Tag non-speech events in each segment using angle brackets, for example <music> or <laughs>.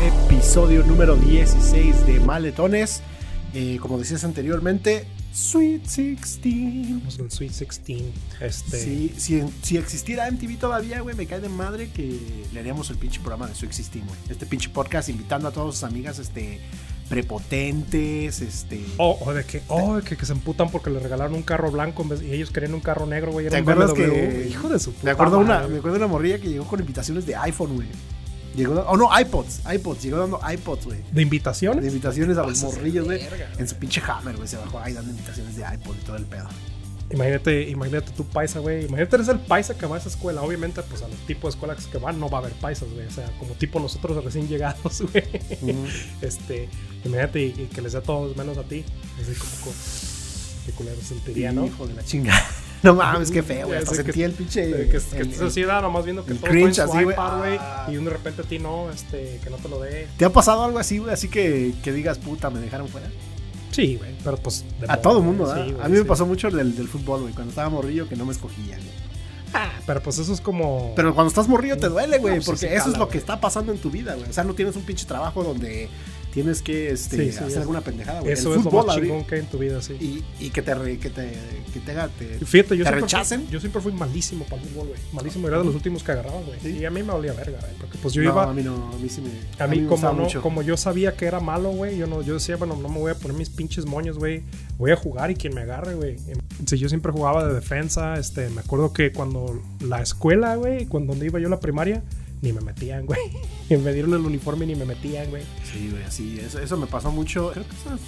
episodio número 16 de Maletones. Eh, como decías anteriormente, Sweet 16. Estamos en Sweet 16. Este, Sí, si, si existiera MTV todavía, güey, me cae de madre que le haríamos el pinche programa de Sweet 16, güey. Este pinche podcast invitando a todas sus amigas, este, prepotentes, este... O, o de que, oh, de que, que se emputan porque le regalaron un carro blanco en vez- y ellos querían un carro negro, güey. Era ¿Te un acuerdas BMW, que- güey. Hijo de su puta. Me acuerdo, una, madre, me güey. acuerdo una morrilla que llegó con invitaciones de iPhone, güey. Llegó, o no, iPods, iPods, llegó dando iPods, güey. ¿De De invitaciones? invitaciones a los Pasas de morrillos, güey. verga, En su pinche hammer, güey, se bajó ahí dando invitaciones de iPod y todo el pedo. Imagínate, imagínate tú paisa, güey. Imagínate eres el paisa que va a esa escuela. Obviamente, pues a los tipos de escuelas que van no va a haber paisas, güey. O sea, como tipo nosotros recién llegados, <laughs> güey. Mm. <laughs> Este, imagínate y, y que les da todos menos a ti. Así como co- qué culero se sentiría, ¿no? Hijo de la chingada. <laughs> No mames, qué feo, güey. Ya Hasta sé que- sentí el pinche. Eh, que, que el- estés el- así, nada más viendo que el todo traen cringe, su así, güey. iPad, güey, Ah. y de repente a ti no, este, que no te lo dé. ¿Te ha pasado algo así, güey? Así que, que digas, puta, me dejaron fuera. Sí, güey, pero pues... de A modo, todo güey, mundo, ¿verdad? sí, güey, a mí me sí. pasó mucho el del, del fútbol, güey. Cuando estaba morrillo, que no me escogían, güey. Pero pues eso es como... Pero cuando estás morrillo te duele, güey, No, pues porque sí, sí eso es cala, lo güey. que está pasando en tu vida, güey. O sea, no tienes un pinche trabajo donde tienes que este, Sí, sí, hacer eso- alguna pendejada, güey. El eso es lo fútbol, más abrí- chingón que hay en tu vida, sí. y, y que te re- que te que te, haga- te- Y Fíjate, yo ¿Te siempre, rechacen? Fui, yo siempre fui malísimo para el fútbol, güey. Malísimo, era de los últimos que agarraba, güey. Sí. Y a mí me valía verga, güey. Porque pues yo no, iba... a mí no, a mí sí me A mí, me como, gustaba no, mucho. como yo sabía que era malo, güey, yo, no, yo decía, bueno, no me voy a poner mis pinches moños, güey. Voy a jugar y quien me agarre, güey. Sí, yo siempre jugaba de defensa. Este, me acuerdo que cuando la escuela, güey, cuando donde iba yo a la primaria, ni me metían, <laughs> güey. me dieron el uniforme y ni me metían, güey. Sí, güey, así eso, eso me pasó mucho. Creo que esas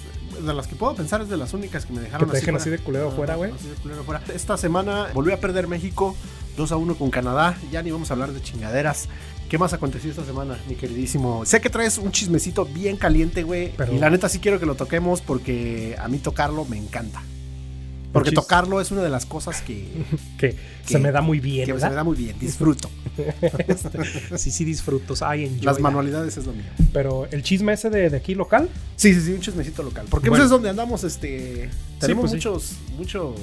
de las que puedo pensar es de las únicas que me Que dejaron te dejen así de fuera. culero Ah, fuera, güey. así de culero fuera. Esta semana volvió a perder México 2 a 1 con Canadá. Ya ni vamos a hablar de chingaderas. ¿Qué más aconteció esta semana, mi queridísimo? Sé que traes un chismecito bien caliente, güey. Pero- Y la neta sí quiero que lo toquemos porque a mí tocarlo me encanta. Porque chis- tocarlo es una de las cosas <laughs> que, Que se me da muy bien, que se me ¿verdad? da muy bien. Disfruto. Sí, sí, disfruto. Ay, enjoy. Las that. manualidades es lo mío. Pero el chisme ese de, de aquí local, Sí, sí, sí, un chismecito local. Porque pues, Bueno. es donde andamos, este. Tenemos pues, sí. muchos, mucho.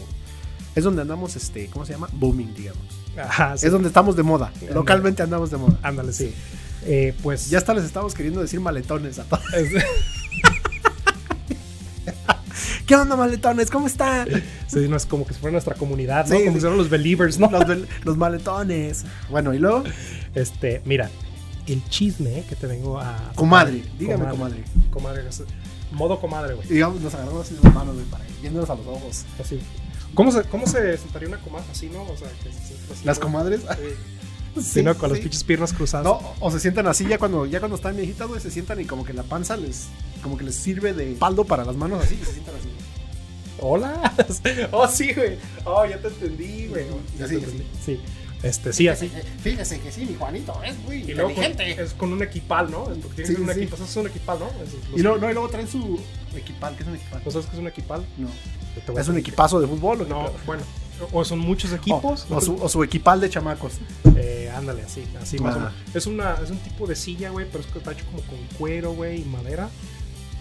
Es donde andamos, este, ¿cómo se llama? Booming, digamos. ajá, sí. Es donde estamos de moda. Ándale. Ah, Localmente andamos de moda. Ándale, sí. Eh, pues. <laughs> Ya hasta les estamos queriendo decir maletones a todos. <laughs> ¿Qué onda, maletones? ¿Cómo están? Sí, no es como que fuera nuestra comunidad, ¿no? Sí, como sí. si fueran los believers, <laughs> ¿no? Los, del- los maletones. Bueno, y luego, Este, mira, el chisme que te vengo a. comadre. Dígame, comadre. Comadre, es- modo comadre, güey. Digamos, nos agarramos así de las manos, güey, para viéndonos a los ojos. Así. ¿Cómo se, ¿Cómo se sentaría una comadre así, no? O sea, que se sienta así, Las ¿no? comadres. <laughs> Sí, Sí, ¿no? Con las sí. pinches piernas cruzadas. No, o- o se sientan así ya cuando ya cuando están viejitas, güey, se sientan y como que la panza les como que les sirve de paldo para las manos así, y se sientan así. Hola. <laughs> oh, sí, güey. Oh, ya te entendí, güey. Ya sí, te ya sí. entendí. Sí. Este, sí, así. Fíjese que sí, mi Juanito es muy Y luego con- es con un equipal, ¿no? Es porque tiene Sí, que ser un sí. equipal. Es un equipal, ¿no? Es- los- Y luego, no, y luego traen su equipal, ¿qué es un equipal? ¿No sabes Pues, qué es un equipal? No. Yo te voy a ¿Es un explicar. equipazo de fútbol? o qué No, pedo? bueno. O son muchos equipos. O, o su, o su equipal de chamacos. Eh, ándale, así, así más o Ajá. menos. Es, una, es un tipo de silla, güey, pero es que está hecho como con cuero, güey, y madera.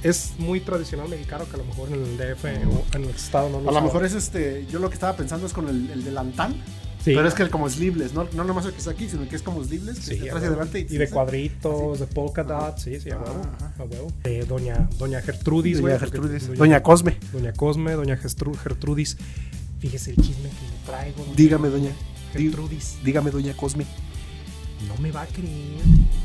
Es muy tradicional mexicano que a lo mejor en el DF o en el estado no A lo mejor es este. Yo lo que estaba pensando es con el, el delantal. Sí. Pero es que como sleeveless, ¿no? No nomás el que está aquí, sino que es como sleeveless. Sí, Sí, a atrás y huevo. adelante. y de cuadritos, de polka Ajá. dot, sí, sí, a Ajá, huevo, ajá. a huevo. Eh, doña, doña Gertrudis, güey, Doña porque- Gertrudis. doña- Doña Cosme. doña Cosme, doña Gestru- Gertrudis. Fíjese el chisme que le traigo. doña Dígame, doña. di- Gertrudis. Dígame, doña Cosme. No me va a creer.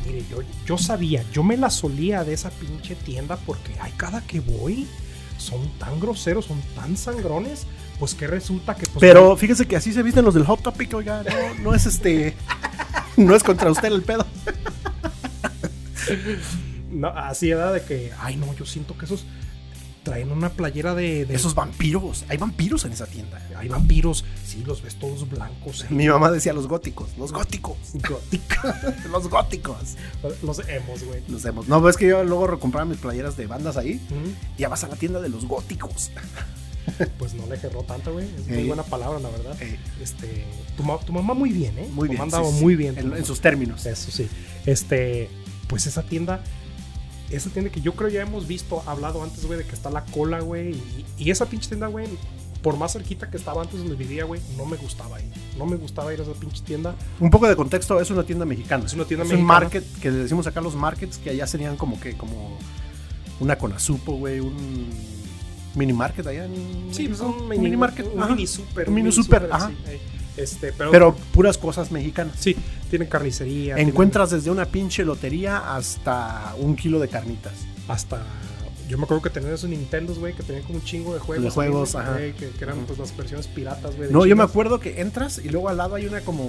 Mire, yo, yo sabía, yo me la solía de esa pinche tienda porque, ay, cada que voy, son tan groseros, son tan sangrones, pues que resulta que... pues, Pero fíjese que así se visten los del Hot Topic, oiga, no, no es este. <laughs> No es contra usted el pedo. no, así era de que, ay, no, yo siento que esos traen una playera de... de- Esos vampiros, hay vampiros en esa tienda. Hay vampiros, sí, los ves todos blancos, eh, Mi mamá decía los góticos, los góticos, <laughs> góticos, los góticos. <laughs> los emos, güey. Los demos. No, ves que yo luego recompraba mis playeras de bandas ahí. Mm, y Ya vas a la tienda de los góticos. Pues no le gerró tanto, güey. Es Ey. muy buena palabra, la verdad. Eh, Este, tu, ma- tu mamá muy bien, ¿eh? muy Tu bien. mamá andaba sí, sí, muy sí. bien. tu En, mamá. en sus términos. Eso sí. Este, pues esa tienda, esa tienda que yo creo ya hemos visto, hablado antes, güey, de que está la cola, güey. Y, y esa pinche tienda, güey, por más cerquita que estaba antes donde vivía, güey, no me gustaba ir. No me gustaba ir a esa pinche tienda. Un poco de contexto, es una tienda mexicana. Es una tienda es mexicana. un market, que le decimos acá los markets, que allá serían como que, como una conazupo, güey, un mini market allá en... Sí, pues un un mini, market, un ajá. mini super. Un mini super, ajá. sí, eh. este, pero, Pero puras cosas mexicanas. sí, tienen carnicería. tienen Encuentras desde una pinche lotería hasta un kilo de carnitas. hasta... Yo me acuerdo que tenían esos Nintendos, güey, que tenían como un chingo de juegos. De ahí, juegos, güey, ajá. Que, que eran pues las versiones piratas, güey. de No, yo me chinas. acuerdo que entras y luego al lado hay una como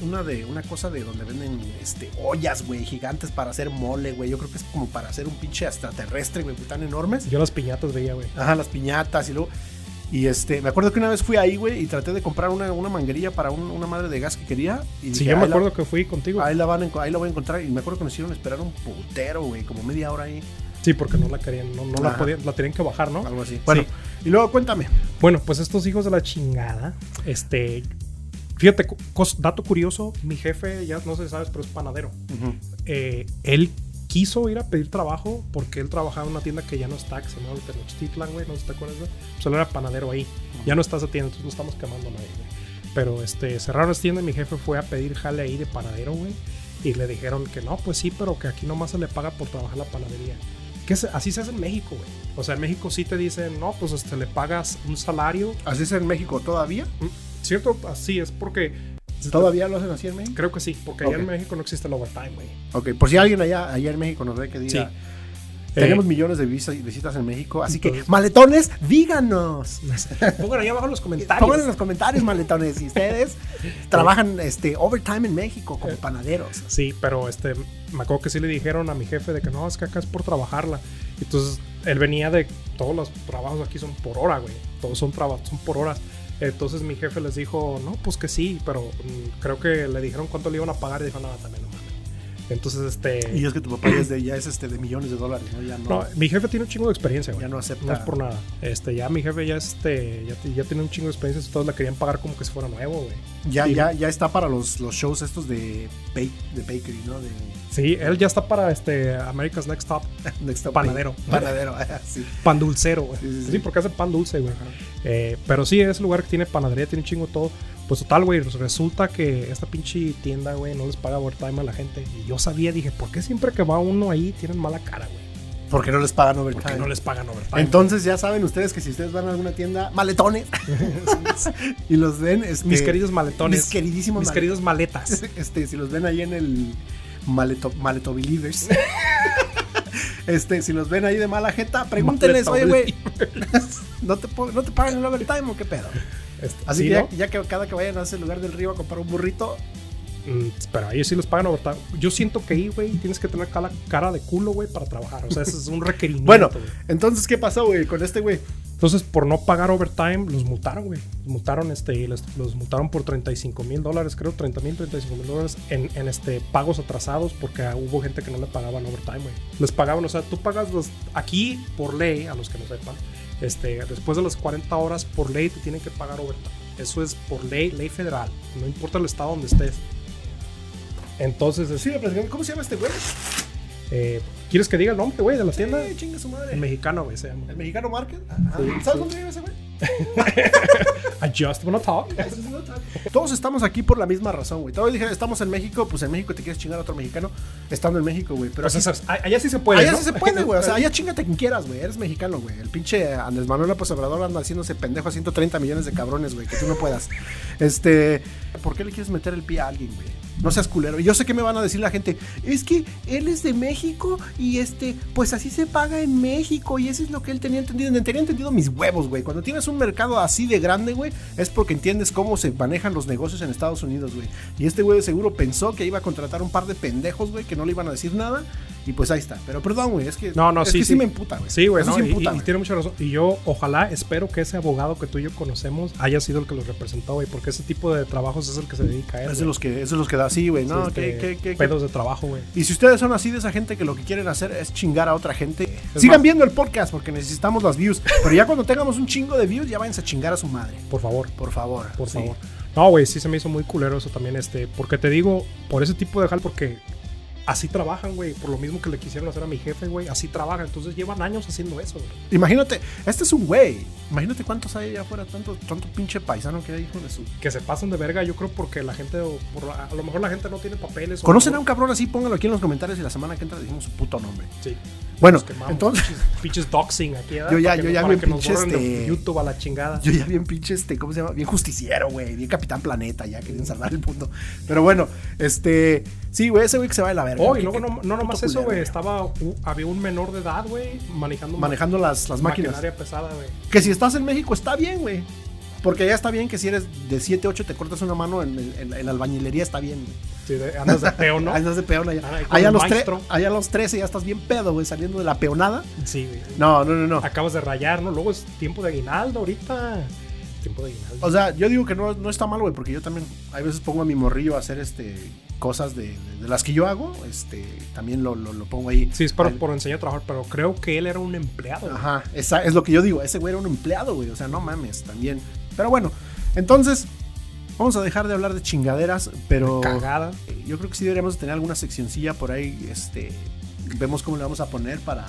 una de una cosa de donde venden este ollas, güey, gigantes para hacer mole, güey. Yo creo que es como para hacer un pinche extraterrestre, güey, tan enormes. Yo las piñatas veía, güey. Ajá, las piñatas y luego y este, me acuerdo que una vez fui ahí, güey, y traté de comprar una, una manguerilla para un- una madre de gas que quería. Y Sí, dije, yo me "Ahí la- acuerdo que fui contigo. ahí la van, a enco- ahí la voy a encontrar. Y me acuerdo que nos hicieron esperar un putero, güey, como media hora ahí, Sí, porque no la querían, no, no la Ajá. podían, la tenían que bajar, ¿no? algo así. Bueno, y luego cuéntame. Bueno, pues estos hijos de la chingada, este, fíjate, cu- cos- dato curioso, mi jefe, ya no sé si sabes, pero es panadero. Eh, él quiso ir a pedir trabajo porque él trabajaba en una tienda que ya no está, que se llama Tenochtitlan, güey, no sé si te acuerdas, güey. Pues él era panadero ahí. Ya no está esa tienda, entonces no estamos quemando a nadie, güey. Pero este, cerraron esa tienda y mi jefe fue a pedir jale ahí de panadero, güey. Y le dijeron que no, pues sí, pero que aquí nomás se le paga por trabajar la panadería. Que se- así se hace en México, güey. O sea, en México sí te dicen, no, pues este, le pagas un salario. ¿Así es en México todavía? ¿Cierto? Así es porque... ¿Todavía lo hacen así en México? Creo que sí, porque allá Ok. en México no existe el overtime, güey. Ok, por si alguien allá, allá en México nos ve que diga. Sí. Tenemos Eh, millones de visa- visitas en México, así Entonces- que maletones, díganos. Pongan Pues ahí abajo en los comentarios. Pónganlo en los comentarios, maletones, si <laughs> ustedes trabajan este overtime en México como panaderos. Sí, pero este, me acuerdo que sí le dijeron a mi jefe de que no, es que acá es por trabajarla. Entonces, él venía de todos los trabajos aquí son por hora, güey. Todos son trabajos, son por horas. Entonces mi jefe les dijo, no, pues que sí, pero mm, creo que le dijeron cuánto le iban a pagar y dijo, nada, también no mames. Entonces, este. Y es que tu papá ya es de, ya es este de millones de dólares, ¿no? Ya no, no, mi jefe tiene un chingo de experiencia, güey. ya no acepta. No es por nada. Este, ya mi jefe ya este, ya, ti- ya tiene un chingo de experiencia, entonces la querían pagar como que si fuera nuevo, güey. ya, Sí. ya, ya está para los, los shows estos de, bake- de bakery, ¿no? De <laughs> Sí, él ya está para este America's Next Top Next Top Panadero. Bake. este Panadero, <laughs> sí. pan dulcero, güey. Sí, Sí, sí, sí. porque hace pan dulce, güey. Eh, pero sí, es el lugar que tiene panadería, tiene un chingo de todo. Pues total, güey, resulta que esta pinche tienda, güey, no les paga overtime a la gente. Y yo sabía, dije, ¿por qué siempre que va uno ahí tienen mala cara, güey? Porque no les pagan ¿Por overtime. qué no les pagan overtime? Entonces ya saben ustedes que si ustedes van a alguna tienda, <laughs> maletones, <laughs> y los ven, este, mis queridos maletones, mis mis, queridísimos male- <laughs> queridos maletas. este, si los ven ahí en el maleto, maleto <laughs> believers. Este, si los ven ahí de mala jeta, pregúntenles, oye, güey, <laughs> ¿no te, po- ¿no te pagan el overtime o qué pedo? Este, Así sí, que ya, ¿no? ya que cada que vayan a ese lugar del río a comprar un burrito, Mm, Pero a ellos sí les pagan overtime. Yo siento que ahí, güey, tienes que tener cara, cara de culo, güey, para trabajar. O sea, ese <laughs> es un requerimiento. Bueno. güey. entonces, ¿qué pasó, güey, con este güey? Entonces, por no pagar overtime, los multaron, güey. Los multaron, este, y les- los multaron por 35 mil dólares, creo, 30 mil, 35 mil dólares en, en este, pagos atrasados porque hubo gente que no le pagaban overtime, güey. Les pagaban, o sea, tú pagas los, aquí por ley, a los que no sepan, este, después de las 40 horas por ley te tienen que pagar overtime. Eso es por ley, ley federal. No importa el estado donde estés. Entonces, es- Sí, pero ¿cómo se llama este güey? eh, ¿quieres que diga el nombre, güey, de la tienda? Sí, chinga su madre. El mexicano, güey, se llama. ¿El mexicano market? Ajá. Sí, ¿Sabes sí. dónde vive ese güey? I just wanna talk. Todos estamos aquí por la misma razón, güey. Todos dije, estamos en México, pues en México te quieres chingar a otro mexicano estando en México, güey. Pero O sea, aquí- sabes, allá sí se puede. allá Pues ¿no? sí se puede, güey. O <laughs> sea, allá chingate quien quieras, güey. Eres mexicano, güey. El pinche Andrés Manuel López Obrador anda haciéndose pendejo a 130 millones de cabrones, güey. Que tú no puedas. Este. ¿Por qué le quieres meter el pie a alguien, güey? No seas culero. Y Yo sé que me van a decir la gente, es que él es de México y este, pues así se paga en México y eso es lo que él tenía entendido. Tenía entendido mis huevos, güey. Cuando tienes un mercado así de grande, güey, es porque entiendes cómo se manejan los negocios en Estados Unidos, güey. Y este güey de seguro pensó que iba a contratar un par de pendejos, güey, que no le iban a decir nada. Y pues ahí está. Pero perdón, güey, es que, No, no, es sí, que sí, sí. me emputa, güey. Sí, güey, Eso no, sí y- me emputa, y, güey. tiene mucha razón. Y yo, ojalá, espero que ese abogado que tú y yo conocemos haya sido el que los representó, güey, porque ese tipo de trabajos es el que se dedica a él. Es de güey. los que, es de los que da así, güey. No, qué- Este, qué- qué- qué- pedos de trabajo, güey. Y si ustedes son así de esa gente que lo que quieren hacer es chingar a otra gente, Es sigan más- viendo el podcast porque necesitamos las views. Pero ya cuando tengamos un chingo de views, ya váyanse a chingar a su madre. Por favor, Por favor. por sí. favor. No, güey, sí se me hizo muy culero eso también, este, porque te digo, por ese tipo de jal, porque así trabajan, güey. Por lo mismo que le quisieron hacer a mi jefe, güey. Así trabajan. Entonces llevan años haciendo eso, güey. Imagínate, este es un güey. Imagínate cuántos hay allá afuera, tanto, tanto pinche paisano que hay, hijo de su. Que se pasan de verga, yo creo, porque la gente, o por- a lo mejor la gente no tiene papeles. o- ¿Conocen a un cabrón así? Pónganlo aquí en los comentarios y la semana que entra decimos su puto nombre. Sí. Bueno, Nos quemamos, entonces. <laughs> Pinches, pinches doxing aquí. ¿verdad? Yo ya- Para que yo nos- ya para bien que nos pinche, borren de este, YouTube a la chingada. Yo ya bien pinche este, ¿cómo se llama? Bien justiciero, güey. Bien Capitán Planeta, ya querían salvar el mundo. Pero bueno, este. Sí, güey, ese güey que se va de la verga. Oh, Qué- y luego qué no, puto no nomás eso, culero, güey. Estaba, u- había un menor de edad, güey, manejando ma- Manejando las, las máquinas. maquinaria pesada, güey. Que si estás en México está bien, güey. Porque ya está bien que si eres de 7, 8 te cortas una mano en, el- en la- en la albañilería, está bien, güey. Sí, de- andas de <laughs> peo, ¿no? Ahí estás de peón allá. Ah, ahí con Allá a el los, tre- maestro. allá a los 13 ya estás bien pedo, güey, saliendo de la peonada. Sí, güey. No, no, no, no. Acabas de rayar, ¿no? Luego es tiempo de aguinaldo ahorita. Tiempo de aguinaldo. O sea, yo digo que no, no está mal, güey, porque yo también hay veces pongo a mi morrillo a hacer este cosas de, de- de las que yo hago, este, también lo, lo- lo pongo ahí. sí, es para, Al- por enseñar a trabajar, pero creo que él era un empleado. güey. Ajá, esa es lo que yo digo, ese güey era un empleado, güey, o sea, no mames, también. Pero bueno, entonces, vamos a dejar de hablar de chingaderas, pero... Cagada. Eh, Yo creo que sí deberíamos tener alguna seccioncilla por ahí, este, vemos cómo le vamos a poner para,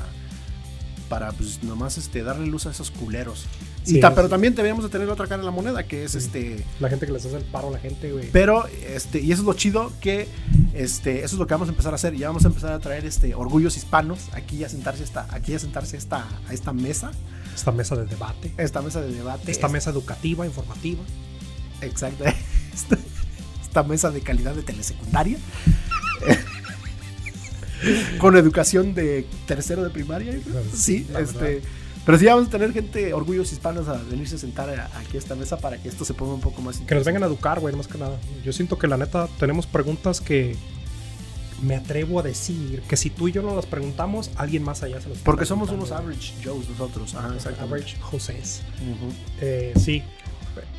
para pues nomás este, darle luz a esos culeros. Sí, Y ta- es- pero también deberíamos de tener otra cara en la moneda, que es Sí. este, La gente que les hace el paro a la gente, güey. pero este, y eso es lo chido que, este, eso es lo que vamos a empezar a hacer, ya vamos a empezar a traer este, orgullos hispanos aquí a sentarse esta, aquí a sentarse esta, a esta mesa, Esta mesa de debate. a esta mesa de debate, Esta es- mesa educativa, informativa. exacto, <laughs> esta, esta mesa de calidad de telesecundaria. <laughs> con educación de tercero de primaria. yo creo. Claro, Sí, la este. verdad. Pero sí vamos a tener gente, orgullos hispanos, a venirse a sentar a- aquí a esta mesa para que esto se ponga un poco más Que nos interesante. vengan a educar, güey, más que nada. Yo siento que la neta tenemos preguntas que me atrevo a decir que si tú y yo no las preguntamos, alguien más allá se las está Porque somos unos preguntando, average Joes nosotros. Ajá, güey. exactamente. average Josés. Ujú. Eh, sí,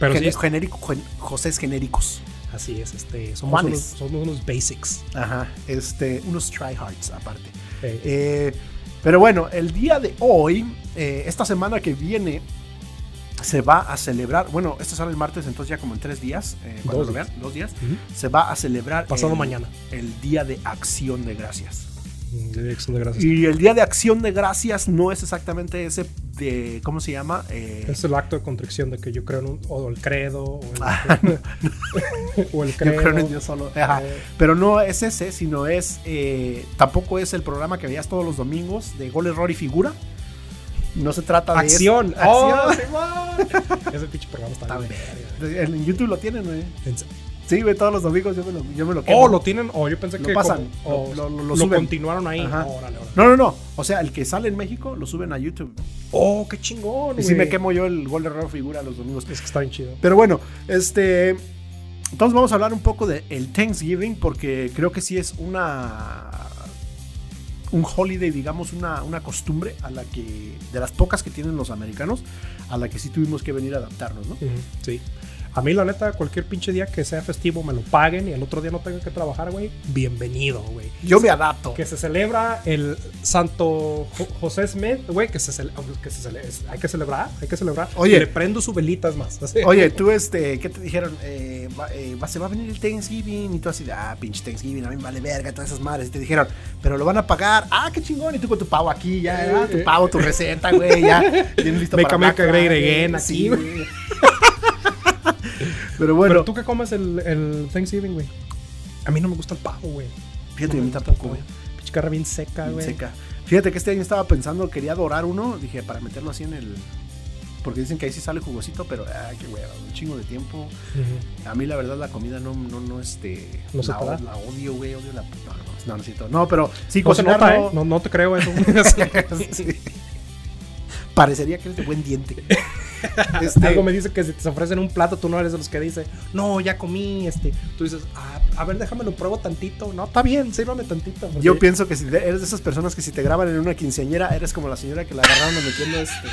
pero sí, Gen- genérico- gen- Josés genéricos. así es. Este, somos, Juanes. unos, somos unos basics. Ajá. Este, unos tryhards aparte. Eh, Eh, pero bueno, el día de hoy, eh, esta semana que viene, se va a celebrar. Bueno, este sale el martes, entonces ya como en tres días. eh, cuando Dos lo días. vean, dos días. ujú. se va a celebrar Pasado el- mañana. el Día de Acción de Gracias. Dirección de mm, gracias. Y el Día de Acción de Gracias no es exactamente ese de cómo se llama Eh, Es el acto de contrición de que yo creo en un, o el credo, o el, <laughs> o el Ah, <laughs> yo credo. creo en Dios solo. Ajá. eh, Pero no es ese, sino es eh, tampoco es el programa que veías todos los domingos de gol, error y figura. No se trata de acción. eso. ¡Oh, Acción. <laughs> Simón! Ese pinche programa está Está bien. bien. verga. <laughs> En en YouTube lo tienen, güey. En se- Sí, güey, todos los domingos yo me lo, yo me lo quemo. Oh, lo tienen. Oh, yo pensé Lo que pasan, como- lo- lo- oh, lo- lo lo suben. continuaron ahí. Ajá. Órale, órale. No, no, no. O sea, el que sale en México lo suben a YouTube. Oh, qué chingón. Y sí me güey. quemo yo el gol, error, figura los domingos. Es que está bien chido. Pero bueno, este. Entonces vamos a hablar un poco del Thanksgiving porque creo que sí es una. Un holiday, digamos, una, una costumbre a la que. De las pocas que tienen los americanos, a la que sí tuvimos que venir a adaptarnos, ¿no? Ujú, Sí. A mí, la neta, cualquier pinche día que sea festivo me lo paguen y al otro día no tenga que trabajar, güey. Bienvenido, güey. Yo me adapto. Que se celebra el Santo Jo- José Smith, güey, que se, cele- que se cele- es- hay que celebrar, hay que celebrar. Oye. Y le prendo su velitas más. así. Oye, tú, este, ¿qué te dijeron? Eh, va- eh, va- se va a venir el Thanksgiving y tú así, de, ah, pinche Thanksgiving, a mí me vale verga, todas esas madres. Y te dijeron, pero lo van a pagar, ah, qué chingón. Y tú con tu pavo aquí, ya, ah, Eh. tu pavo, tu receta, güey, ya, bien listo Meca, Black meca, Grey, Friday, Grey, sí, aquí, güey. <laughs> Pero bueno, Pero tú que comes el, el Thanksgiving, güey. A mí no me gusta el pavo, güey. fíjate, No a me mí gusta el tampoco, pavo. güey. Pinche carne bien seca, bien güey. seca. Fíjate que este año estaba pensando, quería dorar uno, dije, para meterlo así en el. Porque dicen que ahí sí sale jugosito, pero, ah, qué hueva, un chingo de tiempo. Ujú. A mí la verdad la comida no, no, no, este, No se la, te da. la odio, güey, odio la puta. No, no, no, es cierto. No, pero sí, No se cocinar nota, no- ¿eh? No, no te <laughs> creo eso. <laughs> Este, Sí. Parecería que eres de buen <laughs> diente. Este, Algo me dice que si te ofrecen un plato, tú no eres de los que dice, no, ya comí, este. Tú dices, "Ah, a ver, déjame lo pruebo tantito. No, está bien, sírvame tantito. porque- <laughs> Yo pienso que si de- eres de esas personas que si te graban en una quinceañera, eres como la señora que la agarraron metiendo este,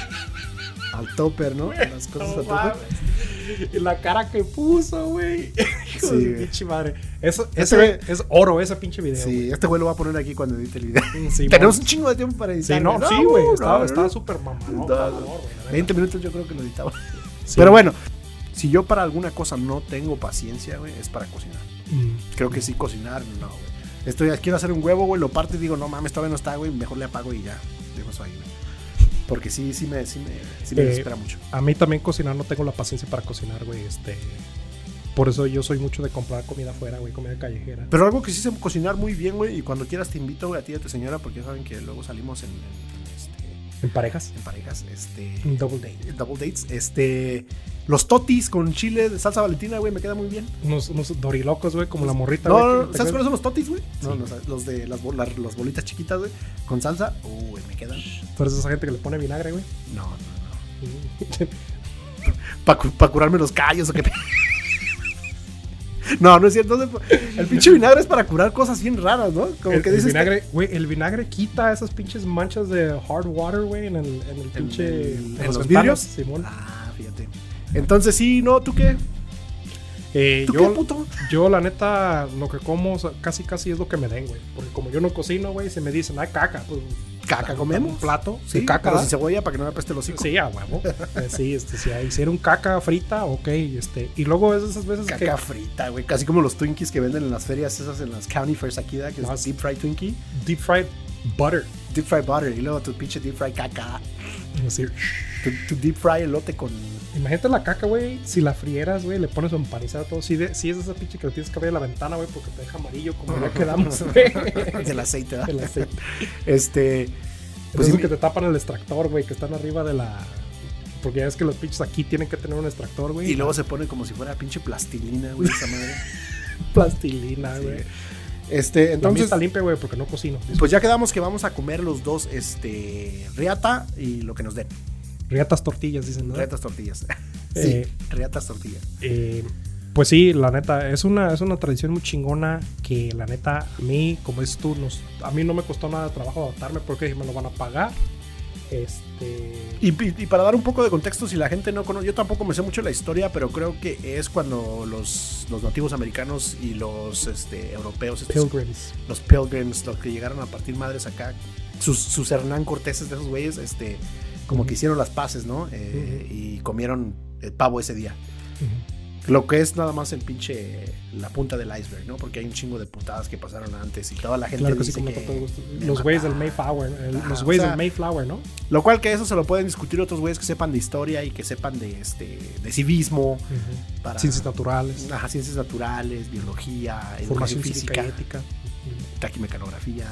al topper, ¿no? Las cosas No al topper. mames. Y la cara que puso, güey. <laughs> Sí, Hijo de su güey. pinche madre. Eso, Ese ese güey- es oro, ese pinche video. Sí, este güey lo va a poner aquí cuando edite el video. güey. Sí, Tenemos un mon. chingo de tiempo para editar. Sí, no, sí, güey. no, Estaba no, estaba no. súper mamalón, No, cabrón, no. güey, la neta. 20 minutos yo creo que lo editaba. <laughs> Sí. Pero bueno, si yo para alguna cosa no tengo paciencia, güey, es para cocinar. Mm. Creo que sí cocinar, no, güey. Estoy, quiero hacer un huevo, güey, lo parto y digo, no mames, todavía no está, güey, mejor le apago y ya, dejo eso ahí, güey. Porque sí, sí me, sí me, sí me Eh, desespera mucho. A mí también cocinar no tengo la paciencia para cocinar, güey. Este, por eso yo soy mucho de comprar comida afuera, güey, comida callejera. Pero algo que sí sé cocinar muy bien, güey, y cuando quieras te invito, güey, a ti y a tu señora, porque ya saben que luego salimos en, en- en, este, ¿En parejas? en parejas, este... Un double date. Double dates, este... Los totis con chile de salsa valentina, güey, me queda muy bien. Unos, unos dorilocos, güey, como la morrita, güey. No, que- no, ¿sabes cuáles son los totis, güey? No, Sí. no, sabes, los de las, bol- las- las bolitas chiquitas, güey, con salsa. Uy, me quedan. Tú eres esa gente que le pone vinagre, güey. No, no, no. Para curarme los callos o qué. <laughs> pe- No, no es cierto. no sé, El pinche vinagre es para curar cosas bien raras, ¿no? <laughs> Como el, que el dices. que- vinagre, güey, el vinagre quita esas pinches manchas de hard water, güey, en el, en el pinche... el- en las los ventanas, vidrios. Simón. Ah, fíjate. Entonces, sí, no, ¿tú qué? Eh, ¿Tú qué, yo, puto? yo, la neta, lo que como o sea, casi casi es lo que me den, güey. Porque como yo no cocino, güey, se me dicen, ah, caca. Pues, Caca comemos. Un plato Sí, de caca, pero ¿verdad? sin cebolla para que no me apeste los hocico. Sí, a huevo. Eh, Sí, este, si hicieron caca frita, ok. Este, y luego es de esas veces Caca frita, güey. Casi como los Twinkies que venden en las ferias esas en las County Fairs aquí, ¿verdad? que No, es sí. deep fried Twinkie, que deep fried butter. deep fried butter y luego tu pinche deep fried caca, Así, tu, tu deep fried elote con. Imagínate la caca, güey. Si la frieras, güey, le pones empanizada todo. Si, de, si es esa pinche que le tienes que abrir la ventana, güey, porque te deja amarillo, como ya <laughs> quedamos, güey. del aceite, ¿verdad? El aceite. Este. Pues Pues sí, que te tapan el extractor, güey, que están arriba de la. Porque ya ves que los pinches aquí tienen que tener un extractor, güey. Y luego se pone como si fuera pinche plastilina, güey, esa <laughs> madre. plastilina, güey. Este, Entonces entonces. está limpia, güey, porque no cocino. Pues ya quedamos que vamos a comer los dos, este, riata y lo que nos den. Riatas tortillas, dicen, ¿no? Riatas <laughs> tortillas. Eh, sí, riatas tortillas. Eh, pues sí, la neta, es una, es una tradición muy chingona que la neta a mí, como dices tú, nos- a mí no me costó nada de trabajo adaptarme porque dije, me lo van a pagar. Este... Y, y- y para dar un poco de contexto, si la gente no conoce, yo tampoco me sé mucho la historia, pero creo que es cuando los, los nativos americanos y los este, europeos, estos- Pilgrims. los pilgrims, los que llegaron a partir madres acá, sus, sus Hernán Corteses de esos güeyes, este, como que Ujú. hicieron las paces, ¿no? Eh, Ujú. Y comieron el pavo ese día. Lo que es nada más el pinche, la punta del iceberg, ¿no? Porque hay un chingo de putadas que pasaron antes y toda la gente Claro que sí, dice como que- con todo gusto. me Los güeyes del mataron. Mayflower, ¿no? El- Ajá, los o güeyes sea, del Mayflower, ¿no? Lo cual que eso se lo pueden discutir otros güeyes que sepan de historia y que sepan de, este, de civismo, para... Ciencias naturales, Ajá, ciencias naturales, biología, educación formación física, física y ética, ujú, taquimecanografía,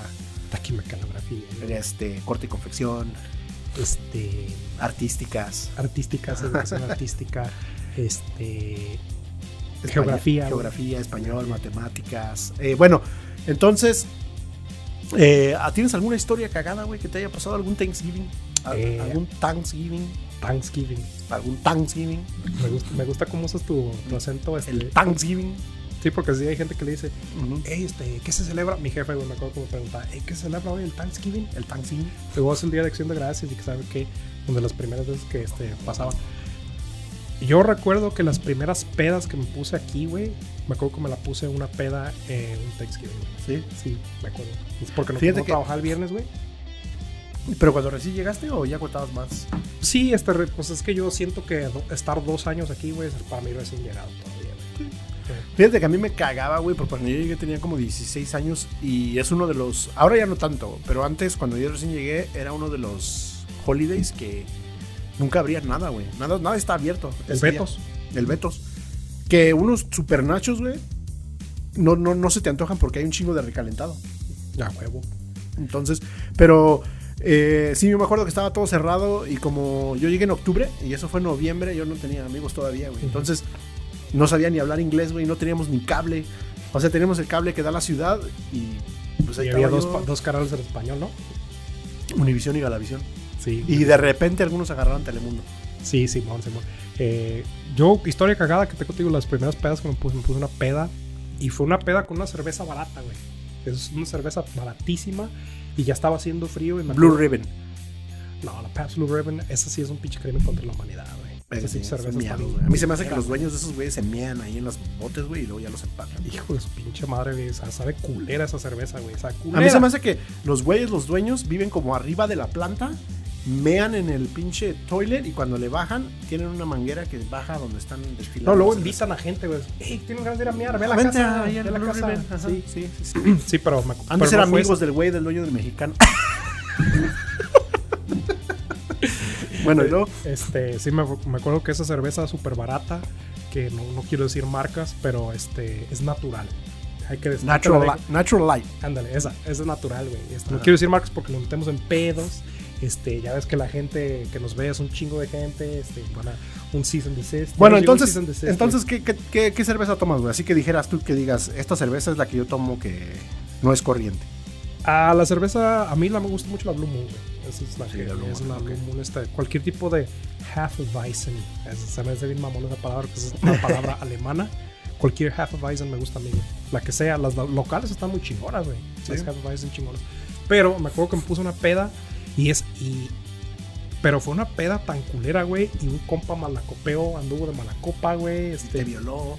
taquimecanografía, este, corte y confección, este, artísticas, artísticas, <laughs> educación artística, este, español- Geografía, güey. geografía, español, matemáticas. Eh, bueno, entonces, eh, ¿tienes alguna historia cagada, güey, que te haya pasado algún Thanksgiving? Al- Eh. ¿Algún Thanksgiving? Thanksgiving. ¿Algún Thanksgiving? Me gusta, me gusta cómo usas tu, tu acento. Este. ¿El Thanksgiving? Sí, porque sí hay gente que le dice, Ujú. hey, este, ¿qué se celebra? Mi jefe, güey, me acuerdo que me preguntaba, "Ey, ¿qué se celebra hoy el Thanksgiving? ¿El Thanksgiving? Luego es el Día de Acción de Gracias y que sabe que, donde las primeras veces que este, pasaba. Yo recuerdo que las primeras pedas que me puse aquí, güey, me acuerdo que me la puse una peda en un Thanksgiving. güey. Sí. Sí, me acuerdo. Es porque no Fíjate pude que- trabajar el viernes, güey. ¿Pero cuando recién llegaste o ya contabas más? Sí, este, re- pues es que yo siento que do- estar dos años aquí, güey, es para mí recién llegado todavía, güey. Fíjate que a mí me cagaba, güey, porque cuando yo llegué tenía como 16 años y es uno de los. Ahora ya no tanto, pero antes, cuando yo recién llegué, era uno de los holidays que nunca abría nada, güey. Nada, nada está abierto. El ese día. Betos. El Betos. Que unos super nachos, güey, no, no, no se te antojan porque hay un chingo de recalentado. A huevo. Entonces, pero eh, sí, yo me acuerdo que estaba todo cerrado y como yo llegué en octubre y eso fue en noviembre, yo no tenía amigos todavía, güey. Entonces, no sabía ni hablar inglés, güey, no teníamos ni cable. O sea, teníamos el cable que da la ciudad y pues ahí y había estaba dos, yo, pa- dos canales en español, ¿no? Univisión y Galavisión. Sí. Y de repente algunos agarraron Telemundo. Sí, Simón, Simón. Eh, yo, historia cagada que tengo, te digo, las primeras pedas que me puse, me puse una peda. Y fue una peda con una cerveza barata, güey. Es una cerveza baratísima. Y ya estaba haciendo frío. Y me Blue acuerdo- Ribbon. No, la Pabst Blue Ribbon, esa sí es un pinche crimen contra la humanidad, güey. Esa Sí, sí, son cerveza está miados, bien güey. a mí se me hace que culera, los dueños de esos güeyes se mean ahí en los botes, güey, y luego ya los empacan. güey. Hijo de su pinche madre, güey. O sea, sabe culera esa cerveza, güey. Sabe A mí culera. se me hace que los güeyes, los dueños, viven como arriba de la planta mean en el pinche toilet y cuando le bajan, tienen una manguera que baja donde están destilando. No, luego la cerveza. invitan a gente, güey. Ey, tienen ganas de ir a miar, ve a la Vente casa. ahí al ve a la Blue casa. Ribbon, ajá. Sí. <clears throat> sí, sí, sí. sí, pero me Antes pero eran no fue amigos eso. del güey del dueño del <laughs> mexicano. bueno, y luego. Este, sí, me, me acuerdo que esa cerveza súper barata, que no, no quiero decir marcas, pero este, es natural. Hay que decir. Natural, Light- natural Light. Ándale, esa, esa es natural, güey. Este, no Ajá. quiero decir marcas porque nos metemos en pedos. Este, ya ves que la gente que nos ve es un chingo de gente. Este, van a- un season desist. Bueno, entonces, entonces ¿qué, qué, qué- qué cerveza tomas, güey? Así que dijeras tú que digas, esta cerveza es la que yo tomo que no es corriente. A la cerveza, a mí la me gusta mucho la Blue Moon, güey. Esa es la Sí, que la Blue es Moon, la ok. Blue Moon. esta- cualquier tipo de Hefeweizen. Es- Se me hace bien mamón esa palabra, que es <laughs> una palabra alemana. Cualquier Hefeweizen me gusta a mí, güey. La que sea, las lo- locales están muy chingonas, güey. Las Sí. Hefeweizen chingonas. Pero me acuerdo que me puse una peda y es. Y, pero fue una peda tan culera, güey. Y un compa malacopeo anduvo de malacopa, güey. Este, Te violó.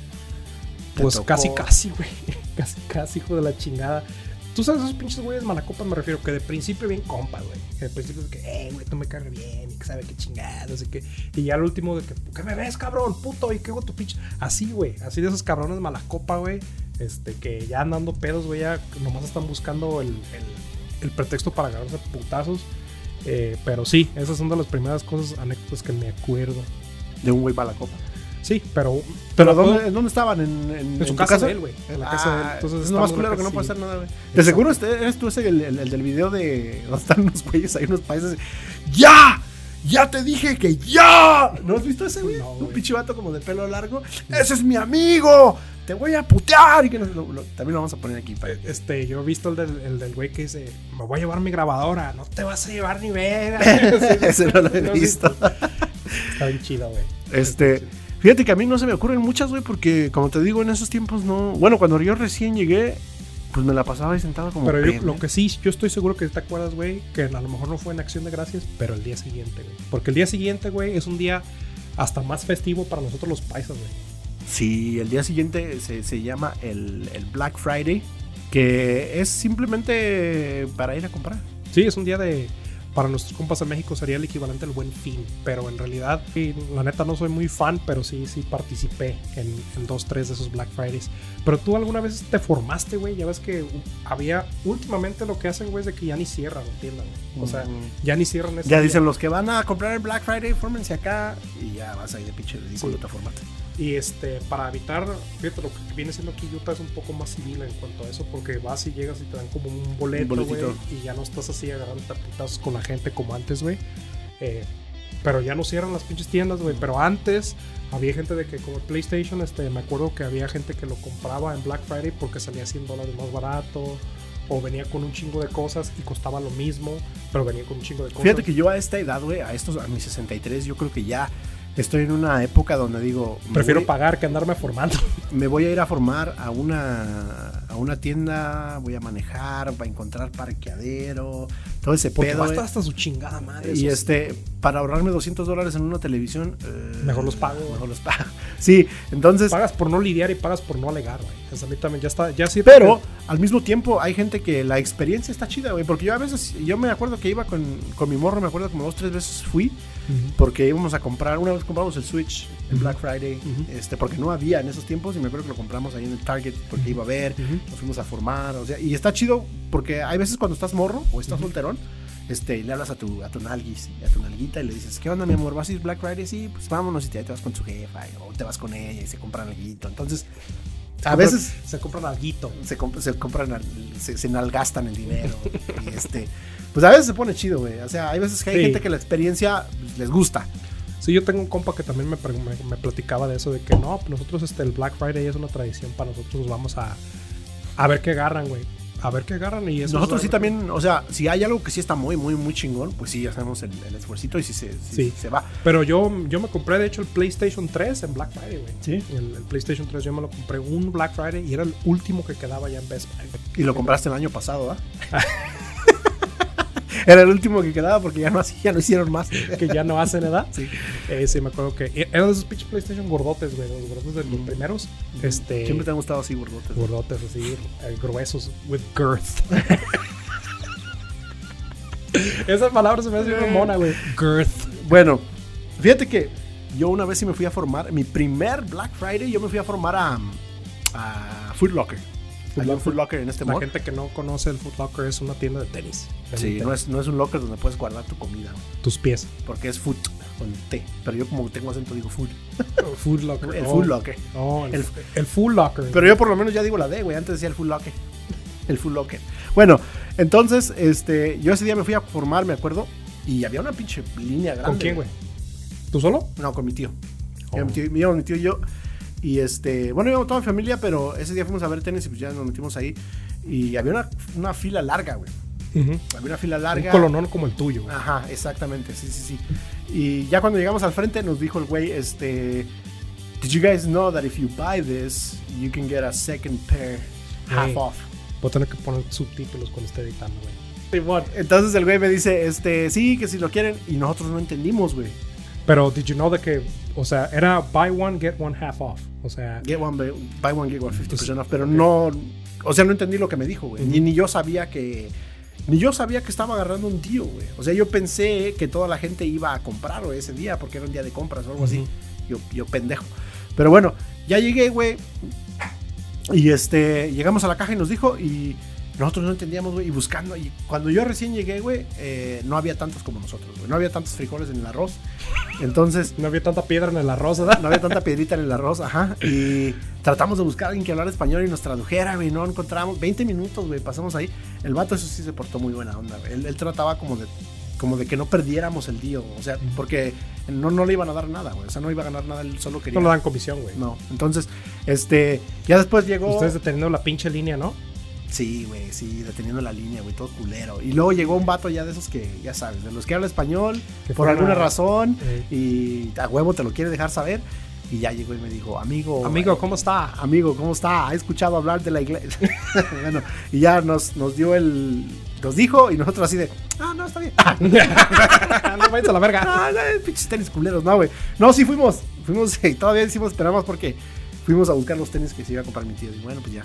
te pues tocó. casi, casi, güey. <laughs> Casi, casi, hijo de la chingada. Tú sabes, esos pinches güeyes malacopas me refiero, que de principio bien compa, güey. Que de principio es que, eh, güey, tú me cargas bien, y que sabe qué chingada, así que. Y ya al último de que, ¿qué me ves, cabrón? Puto, y que hago tu pinche. Así, güey, así de esos cabrones malacopa, güey. Este, que ya andando pedos, güey, ya nomás están buscando el, el- el pretexto para agarrarse a putazos. Eh, pero sí, esas son de las primeras cosas, anécdotas que me acuerdo. De un güey para la copa. Sí, pero. ¿Pero pero puedo- dónde, en dónde estaban? ¿En, en, en su tu casa, de él, güey. En la casa de él. Ah, Entonces es lo más estamos culero que no sí. puede hacer nada, güey. De Exacto. seguro este- eres tú ese el, el- el del video de <laughs> donde están unos güeyes ahí, unos países. ¡Ya! ¡Ya te dije que ya! ¿No has visto ese, güey? Pues No, Un güey. pinche vato como de pelo largo. ¡Ese es mi amigo! ¡Te voy a putear! Y que no- lo- lo- también lo vamos a poner aquí. Para... Este, yo he visto el del, el del güey que dice, me voy a llevar mi grabadora, no te vas a llevar <laughs> ni ver. <laughs> Sí, <laughs> ese no lo he no, sí. visto. Está bien chido, güey. Este, fíjate que a mí no se me ocurren muchas, güey, porque como te digo, en esos tiempos no. Bueno, cuando yo recién llegué, pues me la pasaba ahí sentado como. Pero yo, pene. lo que sí, yo estoy seguro que te acuerdas, güey, que a lo mejor no fue en Acción de Gracias, pero el día siguiente, güey. Porque el día siguiente, güey, es un día hasta más festivo para nosotros los paisas, güey. Sí, el día siguiente se, se llama el, el Black Friday, que es simplemente para ir a comprar. Sí, es un día de... Para nuestros compas en México sería el equivalente al buen fin, pero en realidad, sí, la neta no soy muy fan, pero sí, sí participé en, en dos, tres de esos Black Fridays. Pero tú alguna vez te formaste, güey, ya ves que había últimamente lo que hacen, güey, es de que ya ni cierran, la tienda, güey. O sea, Ujú. ya ni cierran ese Mm. Ya día. dicen los que van a comprar el Black Friday, fórmense acá y ya vas ahí de pinche ridículo, Sí. te formaste. Y este, para evitar, fíjate, lo que viene siendo aquí Utah es un poco más civil en cuanto a eso, porque vas y llegas y te dan como un boleto, Un güey, boletito. y ya no estás así agarrando taputazos con la gente como antes, güey. Eh, pero ya no cierran las pinches tiendas, güey. Pero antes había gente de que, como el PlayStation, este, me acuerdo que había gente que lo compraba en Black Friday porque salía 100 dólares más barato, o venía con un chingo de cosas y costaba lo mismo, pero venía con un chingo de cosas. Fíjate que yo a esta edad, güey, a estos, a mis 63, yo creo que ya estoy en una época donde digo. me Prefiero voy- pagar que andarme formando. <laughs> me voy a ir a formar a una, a una tienda, voy a manejar, voy a encontrar parqueadero, todo ese Porque pedo. va a estar eh. hasta su chingada madre. Y eso este, para ahorrarme 200 dólares en una televisión... eh, Mejor los pago. Mejor los pago. <laughs> Sí, entonces... pagas por no lidiar y pagas por no alegar, güey. O sea, a mí también ya está, ya sí. Pero al mismo tiempo hay gente que la experiencia está chida, güey. Porque yo a veces, yo me acuerdo que iba con, con mi morro, me acuerdo como dos, tres veces fui, porque íbamos a comprar, una vez compramos el Switch en Ujú. Black Friday, Ujú. este, porque no había en esos tiempos y me acuerdo que lo compramos ahí en el Target porque iba a haber, Ujú. nos fuimos a formar, o sea, y está chido porque hay veces cuando estás morro o estás Ujú. solterón, este, le hablas a tu, a tu nalguis, a tu nalguita y le dices, ¿qué onda mi amor? ¿Vas a ir Black Friday? Sí, pues vámonos y te, te vas con su jefa y- o te vas con ella y se compran alguito. Entonces, a veces se compran alguito. se, comp- se compran, al- se, se nalgastan el dinero y este... Pues a veces se pone chido, güey. O sea, hay veces que hay Sí. gente que la experiencia pues, les gusta. Sí, yo tengo un compa que también me, pre- me, me platicaba de eso, de que no, nosotros este, el Black Friday es una tradición para nosotros, vamos a, a ver qué agarran, güey. A ver qué agarran y eso Nosotros es- sí también, o sea, si hay algo que sí está muy, muy, muy chingón, pues sí, hacemos el, el esfuercito y sí se, sí Sí. se va. Pero yo, yo me compré, de hecho, el PlayStation 3 en Black Friday, güey. Sí. El, el PlayStation 3 yo me lo compré un Black Friday y era el último que quedaba ya en Best Buy. Y lo compraste el año pasado, ¿ah? <laughs> Era el último que quedaba porque ya no, hacía- ya no hicieron más. Que ya no hacen edad. Sí. Eh, sí, me acuerdo que eran de esos pinches PlayStation gordotes, güey, los gordotes de los Mm. primeros. Este, Siempre te han gustado así, gordotes. <laughs> gordotes así, eh, gruesos, with girth. Esa palabra se me hace bien mona, güey. Girth. Bueno, fíjate que yo una vez sí me fui a formar, mi primer Black Friday, yo me fui a formar a, a Foot Locker. Foot Hay un Locker. Foot Locker en este La mall. gente que no conoce el Foot Locker es una tienda de tenis. Sí, no es, no es un locker donde puedes guardar tu comida, Tus pies. porque es foot con T. Pero yo como tengo acento digo food. Foot Locker. El <laughs> oh. Foot Locker. Oh, el, El- el Foot Locker. Pero yo por lo menos ya digo la D, güey. Antes decía el full locker. El full locker. Bueno, entonces, este, yo ese día me fui a formar, me acuerdo. Y había una pinche línea grande. ¿Con quién, güey? ¿Tú solo? No, con mi tío. Oh. Yo, mi tío. íbamos mi tío y yo. Y este, bueno, íbamos toda mi familia, pero ese día fuimos a ver tenis y pues ya nos metimos ahí. Y había una, una fila larga, Ah. güey. Había una fila larga. Un colonón como el tuyo, güey. Ajá, exactamente, sí, sí, sí. Y ya cuando llegamos al frente nos dijo el güey, este, Did you guys know that if you buy this, you can get a second pair half Güey. off? Voy a tener que poner subtítulos cuando esté editando, güey. Simón. Entonces el güey me dice, este, sí, que si lo quieren. Y nosotros no entendimos, güey. Pero, did you know de que, o sea, era buy one, get one half off? O sea, Get one, ba- buy one, get one 50% off. Pero no, o sea, no entendí lo que me dijo, güey. Ni, ni yo sabía que, ni yo sabía que estaba agarrando un tío, güey. O sea, yo pensé que toda la gente iba a comprar güey, ese día porque era un día de compras o algo así. Ujú. Yo, yo pendejo. Pero bueno, ya llegué, güey. Y este, llegamos a la caja y nos dijo y nosotros no entendíamos, güey, y buscando. Y cuando yo recién llegué, güey, eh, no había tantos como nosotros, güey. No había tantos frijoles en el arroz. Entonces, no había tanta piedra en el arroz, ¿verdad? no había tanta piedrita en el arroz, ajá. Y tratamos de buscar a alguien que hablara español y nos tradujera, güey. No encontramos 20 minutos, güey. Pasamos ahí. El vato, eso sí se portó muy buena onda, güey. Él, él trataba como de, como de que no perdiéramos el día, o sea, porque no, no le iban a dar nada, güey. O sea, no iba a ganar nada, él solo quería. No le dan comisión, güey. No, entonces, este, ya después llegó. Ustedes deteniendo la pinche línea, ¿no? Sí, güey, sí, deteniendo la línea, güey, todo culero. Y luego llegó un vato ya de esos que, ya sabes, de los que habla español, Que por fueron alguna a- razón, Eh. y a huevo te lo quiere dejar saber. Y ya llegó y me dijo, amigo. eh, Amigo, <laughs> ¿cómo está? amigo, ¿cómo está? ¿Ha escuchado hablar de la iglesia? <laughs> bueno, y ya nos, nos dio el. Nos dijo y nosotros así de. Ah, no, está bien. Ah, <laughs> no vayas a la verga. no, no, pinches tenis culeros, no, güey. No, sí fuimos. Fuimos <laughs> y todavía hicimos, esperamos porque fuimos a buscar los tenis que se iba a comprar mi tío. Y bueno, pues ya.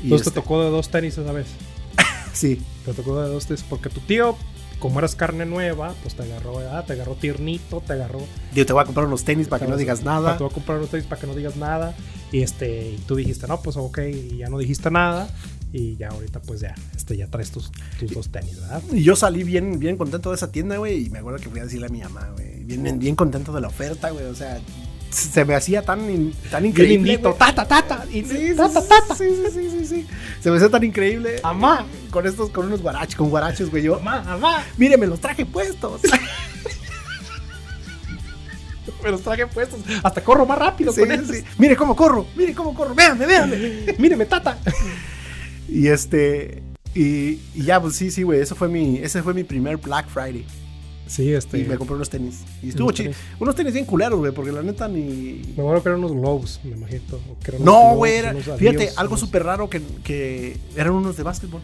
Y Entonces este, te tocó de dos tenis esa vez. <laughs> Sí, Te tocó de dos tenis porque tu tío, como eras carne nueva, pues te agarró, ¿verdad? Te agarró tiernito, te agarró. Digo, te voy a comprar unos tenis para que no digas nada. Te voy a comprar los tenis para que no digas nada. Y este, y tú dijiste, no, pues ok, y ya no dijiste nada. Y ya ahorita, pues ya, este, ya traes tus, tus dos tenis, ¿verdad? Y yo salí bien, bien contento de esa tienda, güey. Y me acuerdo que fui a decirle a mi mamá, güey. Bien, bien, bien contento de la oferta, güey. O sea, se me hacía tan, in- tan increíble. lindito, güey. tata, tata, Sí, sí, tata, sí, tata. sí, sí, sí, sí, sí. Se me hacía tan increíble. Amá. Con estos, con unos guaraches, con guaraches, güey. Yo, Mamá, mamá. mire, me los traje puestos. <laughs> Me los traje puestos. Hasta corro más rápido Sí, con ellos. sí. Mire cómo corro, mire cómo corro. Véanme, véanme. <laughs> Míreme, tata. Y este. Y, y ya, pues sí, sí, güey. Eso fue mi, ese fue mi primer Black Friday. Sí, este. Y me compré unos tenis. Y estuvo Unos chido. tenis. Unos tenis bien culeros, güey, porque la neta ni. Me acuerdo que eran unos globos, me imagino. o que eran unos No, globos, güey. era- unos Fíjate, adiós, algo unos- súper raro que, que eran unos de básquetbol.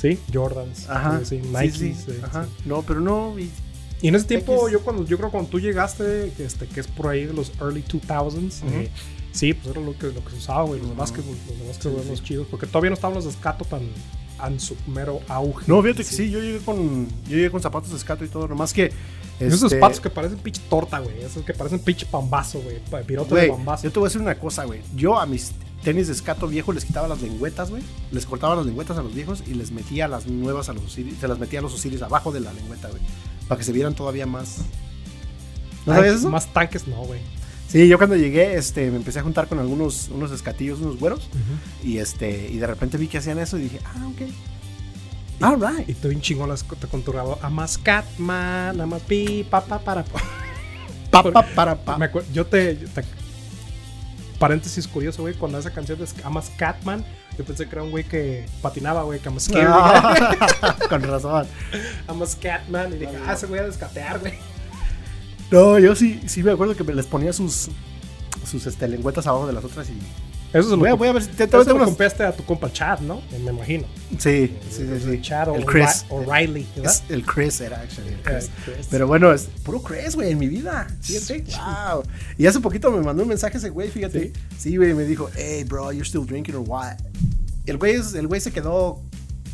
Sí, Jordans. Ajá. Sí, sí, Nike. sí, ajá. No, pero no. y- este, Y en ese tiempo, X. yo cuando yo creo cuando tú llegaste, que este, que es por ahí de los early 2000s, Ujú. eh, sí, pues era lo que, lo que se usaba, güey, los de básquetbol, los de básquetbol eran sí. los chidos, porque todavía no estaban los de escato tan en su mero auge. No, fíjate que sí, yo llegué con. Yo llegué con zapatos de escato y todo, nomás que. Esos este, zapatos que parecen pinche torta, güey, esos que parecen pinche pambazo, güey, pa- pirote de Güey, pambazo. yo te voy a decir una cosa, güey. Yo a mis tenis de escato viejo les quitaba las lengüetas, güey. Les cortaba las lengüetas a los viejos y les metía las nuevas a los osiris. Se las metía a los osiris abajo de la lengüeta, güey. Para que se vieran todavía más. ¿No sabías Tanques- eso? Más tanques, no, güey. Sí, yo cuando llegué, este, me empecé a juntar con algunos unos escatillos, unos güeros. Y este, y de repente vi que hacían eso y dije, ah, ok. All right. Y tú bien chingón las te conturado. A más Catman, a más pi, pa, pa, para. pa". Pa, pa, para, pa. <laughs> Me acuer- yo te, yo te- Paréntesis curioso, güey, cuando esa canción de Amas Catman, yo pensé que era un güey que patinaba, güey, que Amas Scary Guy, Ah, <laughs> con razón. Amas Catman, y dije, ah, ese güey a descatear, güey. No, yo sí, sí me acuerdo que me les ponía sus sus este, lengüetas abajo de las otras y Eso se lo, voy a, comp- voy a ver si te, te- eso tengo lo unas- compraste a tu compa Chad, ¿no? Me, me imagino. Sí, sí, sí, sí. Chad o el Chris. O'Ri- O'Reilly, ¿verdad? Es- el Chris era actually el Chris. Eh, Chris. Pero bueno, es puro Chris, güey, en mi vida. Sí. Fíjate. Wow. Y hace poquito me mandó un mensaje ese güey, fíjate. ¿Sí? Sí, güey, me dijo, hey, bro, you're still drinking or what? El güey, es- el güey se quedó,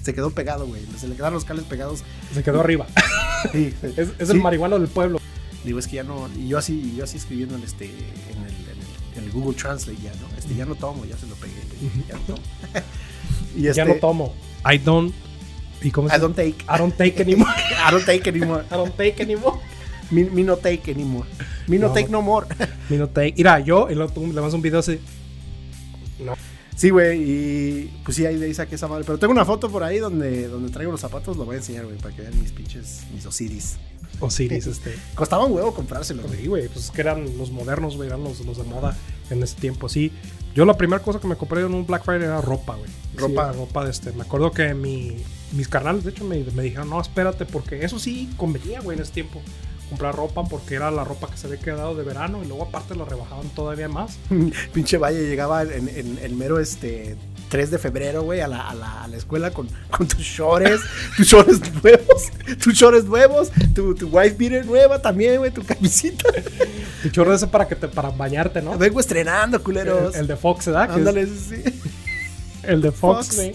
se quedó pegado, güey. Se le quedaron los cales pegados. Se quedó arriba. <laughs> Sí, Es, es Sí. el marihuano del pueblo. Digo, es que ya no. Y yo así, y yo así escribiendo en este. En el, en el- en el Google Translate ya, ¿no? Este, ya no tomo, ya se lo pegué. güey, Ya no tomo. <laughs> y este, Ya no tomo. I don't. ¿Y cómo se I don't take. I don't take anymore. I don't take anymore. I don't take anymore. Me, me no take anymore. Me no, No. take no more. Me no take. Mira, yo, el otro, le vas un video así. Sí, güey, y pues sí, ahí le saqué esa madre. Pero tengo una foto por ahí donde, donde traigo los zapatos, lo voy a enseñar, güey, para que vean mis pinches, mis Osiris. Osiris, este. Costaba un huevo comprárselos, güey. Sí, güey, pues que eran los modernos, güey, eran los, los de moda en ese tiempo, sí. Yo la primera cosa que me compré en un Black Friday era ropa, güey. Sí, Ropa. era ropa de este. Me acuerdo que mi, mis carnales, de hecho, me, me dijeron, no, espérate, porque eso sí convenía, güey, en ese tiempo. Comprar ropa porque era la ropa que se había quedado de verano y luego aparte la rebajaban todavía más. Pinche Valle llegaba en, en- en mero este 3 de febrero, güey, a la, a la- a la escuela con, con tus shorts, tus shorts nuevos, tus shorts nuevos, tu, tu wife beater nueva también, güey, tu camisita. Tu chorro ese para que te, para bañarte, ¿no? Vengo estrenando, culeros. El, el de Fox, ¿verdad? Que es- Ándale, sí, sí. El de Fox, Fox. <laughs> güey.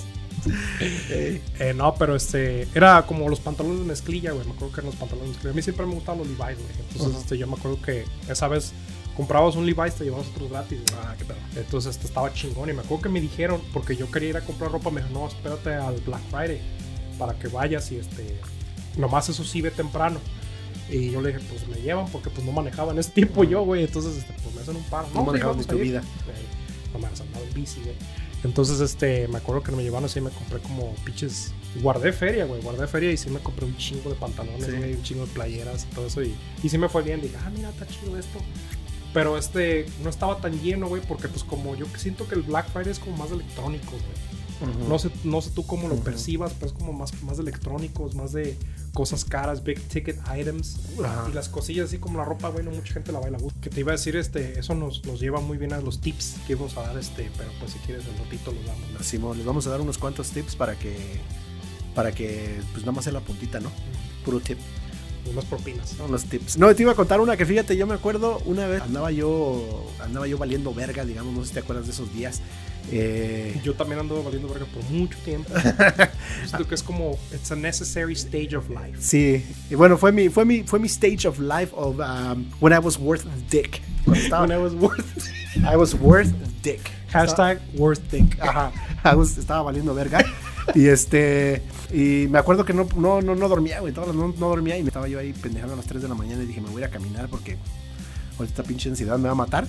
Ey. Eh, no, pero este. Era como los pantalones de mezclilla, güey. Me acuerdo que eran los pantalones de mezclilla. A mí siempre me gustaban los Levi's, güey. Entonces, Ajá. este, yo me acuerdo que esa vez comprabas un Levi's, te llevabas otros gratis, güey. Ah, qué pedo. Entonces, este, estaba chingón. Y me acuerdo que me dijeron, porque yo quería ir a comprar ropa, me dijeron, no, espérate al Black Friday para que vayas y este. Nomás eso sí ve temprano. Y yo le dije, pues me llevan porque pues no manejaban ese tiempo yo, güey. Entonces, este, pues me hacen un paro. No pues, manejabas vamos ni tu a ir". vida. Güey, Eh, No me has andado en bici, güey. Entonces, este, me acuerdo que me llevaron así y me compré como pinches. Guardé feria, güey. Guardé feria y sí me compré un chingo de pantalones, Sí. güey, un chingo de playeras y todo eso. Y, y sí me fue bien. Dije, ah, mira, está chido esto. Pero este, no estaba tan lleno, güey, porque pues como yo siento que el Black Friday es como más electrónico, güey. No sé, no sé tú cómo lo Mm. Ujú. percibas, pero es como más, más de electrónicos, más de cosas caras, big ticket items. Ajá. Y las cosillas así como la ropa, güey, no mucha gente la baila. Que te iba a decir, este, eso nos, nos lleva muy bien a los tips que íbamos a dar, este, pero pues si quieres el ratito los damos. ¿no? Simón, les vamos a dar unos cuantos tips para que, para que, pues nada más sea la puntita, ¿no? Puro tip. Unas propinas. Son los tips. No, te iba a contar una que fíjate, yo me acuerdo una vez andaba yo andaba yo valiendo verga, digamos, no sé si te acuerdas de esos días. Eh, Yo también ando valiendo verga por mucho <laughs> tiempo. Siento que es como, it's a necessary stage of life. sí, y bueno, fue mi fue mi fue mi stage of life of um, when I was worth dick. Cuando estaba- When I was worth. I was worth dick. Hashtag worth <laughs> dick. Ajá, I was- estaba valiendo verga. Y este, y me acuerdo que no, no, no, no dormía, güey, todas las no, no dormía y me estaba yo ahí pendejando a las 3 de la mañana y dije, me voy a ir a caminar porque ahorita pinche ansiedad me va a matar.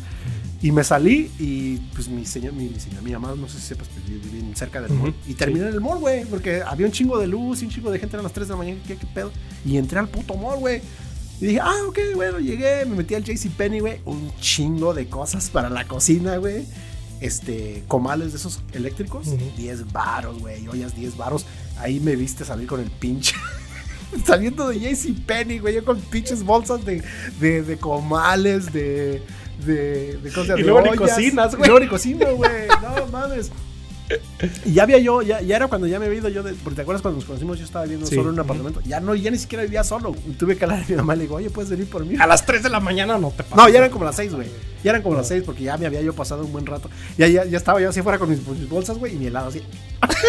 Y me salí y pues mi señor, mi, mi señor, mi mamá, no sé si sepas, pues, yo viví en- cerca del mall. Ujú, Y terminé en el mall, güey, porque había un chingo de luz y un chingo de gente eran las 3 de la mañana, ¿qué, qué pedo? Y entré al puto mall, güey. Y dije, ah, ok, bueno, llegué, me metí al JCPenney, güey, un chingo de cosas para la cocina, güey. Este, comales de esos eléctricos, Ujú. 10 varos, güey, ollas 10 varos. Ahí me viste salir con el pinche <laughs> saliendo de JCPenney, güey, yo con pinches bolsas de, de, de comales, de, de, de cosas de Y luego ni ollas. cocinas, güey. Y luego ni cocino, güey, no mames. Y ya había yo, ya, ya era cuando ya me había ido yo, de, porque te acuerdas cuando nos conocimos, yo estaba viviendo Sí. solo en un Ujú. apartamento. Ya no, ya ni siquiera vivía solo. Y Tuve que hablar a mi mamá, le digo, oye, ¿puedes venir por mí? A las 3 de la mañana no te pasa. No, ya eran como las seis, güey. Ya eran como las seis porque ya me había yo pasado un buen rato. Ya, ya, ya estaba yo así fuera con mis, pues, mis bolsas, güey, y mi helado así.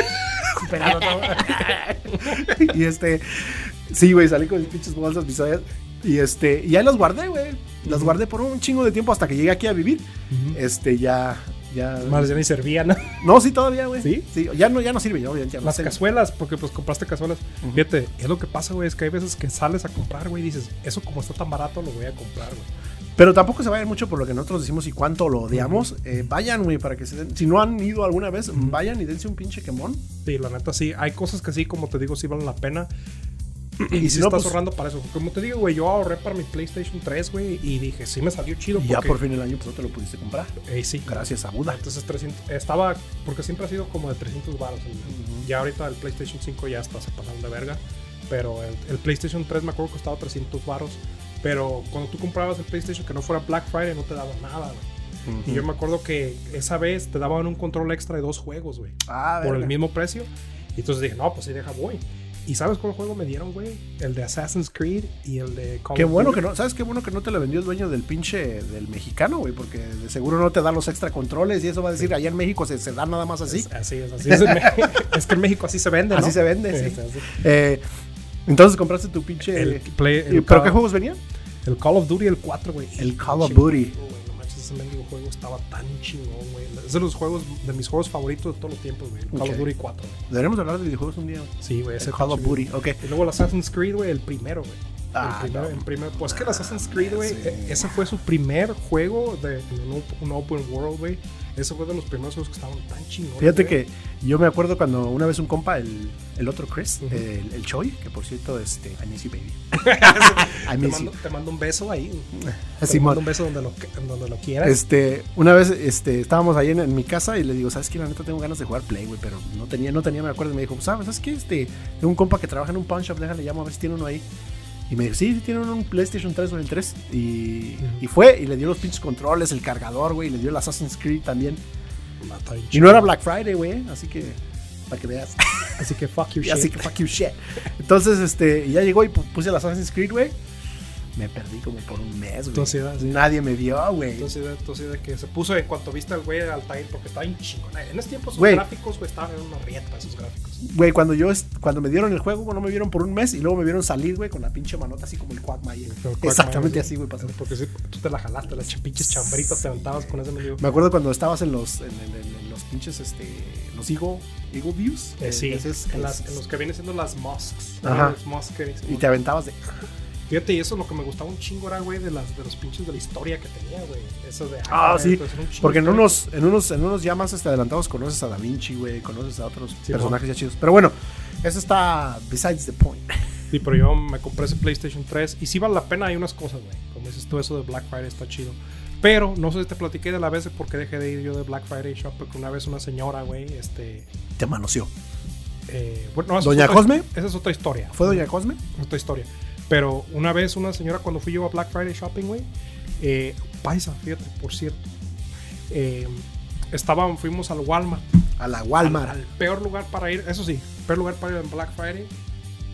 <laughs> Pelado todo. y este, sí, güey, salí con mis pinches bolsas, mis ollas, Y este, y ahí las guardé, güey. Las Ujú. guardé por un chingo de tiempo hasta que llegué aquí a vivir. <laughs> Ujú. Este, ya, ya. Madre, ya ni servían. ¿no? No, sí, todavía, güey. ¿Sí? ya no, ya no sirve, ya, obviamente. Ya no Las sirve. cazuelas, porque pues compraste cazuelas. Ujú. Fíjate, es lo que pasa, güey, es que hay veces que sales a comprar, güey, y dices, eso como está tan barato, lo voy a comprar, güey. Pero tampoco se vayan mucho por lo que nosotros decimos y cuánto lo odiamos. Eh, vayan, güey, para que se den. Si no han ido alguna vez, vayan y dense un pinche quemón. Sí, la neta, sí, hay cosas que sí, como te digo, sí valen <clears throat> la pena. Y Y si si no, estás pues- ahorrando para eso. Como te digo, güey, yo ahorré para mi PlayStation 3, güey, y dije, sí me salió chido. Y ya porque- por fin el año pasado te lo pudiste comprar. Eh, sí, Gracias a Buda. Entonces 300, estaba, porque siempre ha sido como de 300 baros. el- Ya ahorita el PlayStation 5 ya está, se pasaron de verga. Pero el, el PlayStation 3 me acuerdo que costaba 300 baros. Pero cuando tú comprabas el PlayStation que no fuera Black Friday no te daban nada, güey. Y yo me acuerdo que esa vez te daban un control extra de dos juegos, güey. Ah, Por el verga. mismo precio. Y entonces dije, no, pues sí, deja, voy. ¿Y sabes cuál juego me dieron, güey? El de Assassin's Creed y el de Call Qué of bueno Duty. que no, ¿sabes qué bueno que no te la vendió el dueño del pinche del mexicano, güey? Porque de seguro no te da los extra controles y eso va a decir, allá en México se, se da nada más así. Es- así es, así es. en México. <laughs> es que en México así se vende, ¿no? Así se vende, sí. Es así. Eh, entonces compraste tu pinche. El, play, Eh, ¿Y- el, ¿Pero Call, qué juegos venían? el Call of Duty, el 4, güey. El Call of Pinche Duty. juego, güey, no manches, ese mendigo juego estaba tan chingón, güey. Es de los juegos, de mis juegos favoritos de todos los tiempos, güey. El Call Ok. of Duty 4, güey. Deberíamos hablar de videojuegos un día. güey. Sí, güey. ese El Call of Duty, pinche- ok. Y luego el Assassin's Creed, güey, el primero, güey. Ah, el primero, no. Ah, el primero. Pues que el Assassin's Creed, güey, Sí. e- ese fue su primer juego de en un, op- un open world, güey. Ese fue de los primeros juegos que estaban tan chingones. Fíjate güey. que yo me acuerdo cuando una vez un compa, el, el otro Chris, Ujú. el, el Choi, que por cierto, este, I miss you, <laughs> baby. I Te miss you. mando, te mando un beso ahí. Te Simón. mando un beso donde lo, que- donde lo quieras. Este, una vez este, estábamos ahí en, en mi casa y le digo, ¿sabes qué? La neta tengo ganas de jugar Play, güey, pero no tenía, no tenía, me acuerdo. Y me dijo, ¿sabes? ¿Sabes qué? Este, tengo un compa que trabaja en un pawn shop, déjale llamo a ver si tiene uno ahí. Y me dijo, sí, sí, tiene uno, un PlayStation 3 o el 3. Y, Ujú. y fue y le dio los pinches controles, el cargador, güey, y le dio el Assassin's Creed también. Ah, está bien Y chido. no era Black Friday, güey, así que, para que veas. Así que fuck your Y shit. Así que fuck you shit. Entonces, este, y ya llegó y pu- puse el Assassin's Creed, güey. Me perdí como por un mes, güey. Tu ansiedad, sí. Nadie me vio, güey. Entonces, era- entonces era que se puso en cuanto viste al güey de Altair, porque estaba bien chingón. En ese tiempo sus Güey. gráficos, güey, estaban en una rieta esos gráficos. Güey, cuando yo est- cuando me dieron el juego, güey, no me vieron por un mes y luego me vieron salir, güey, con la pinche manota así como el Quagmire. Exactamente así, güey, pasó. Porque sí, tú te la jalaste, las pinches chambritas te levantabas con ese medio. Me acuerdo cuando estabas en los en, en- en- en los pinches este los Eagle, Eagle Views, Eh, sí, ese es- en, las, es- en los que vienen siendo las mosques. Ajá. Los mosques. que dicen, y te aventabas de Fíjate, y eso es lo que me gustaba un chingo era, güey, de, las, de los pinches de la historia que tenía, güey. Eso de. Ah, sí, entonces, un chingo porque en de- unos en unos en unos ya más este, adelantados conoces a Da Vinci, güey, conoces a otros Sí, personajes ya chidos. Pero bueno, eso está besides the point. Sí, pero yo me compré ese PlayStation 3 y sí vale la pena, hay unas cosas, güey. Como dices tú, eso de Black Friday está chido. Pero no sé si te platiqué de la vez de por qué dejé de ir yo de Black Friday Shop, porque una vez una señora, güey, este. Te manoseó. eh, bueno, no, esa es ¿Doña otra- Cosme? Esa es otra historia. ¿Fue Doña Cosme? otra historia. Pero una vez una señora cuando fui yo a Black Friday Shopping, güey, eh, paisa, fíjate, por cierto, eh, estaban, fuimos al Walmart, A la al, Walmart. al peor lugar para ir, eso sí, el peor lugar para ir en Black Friday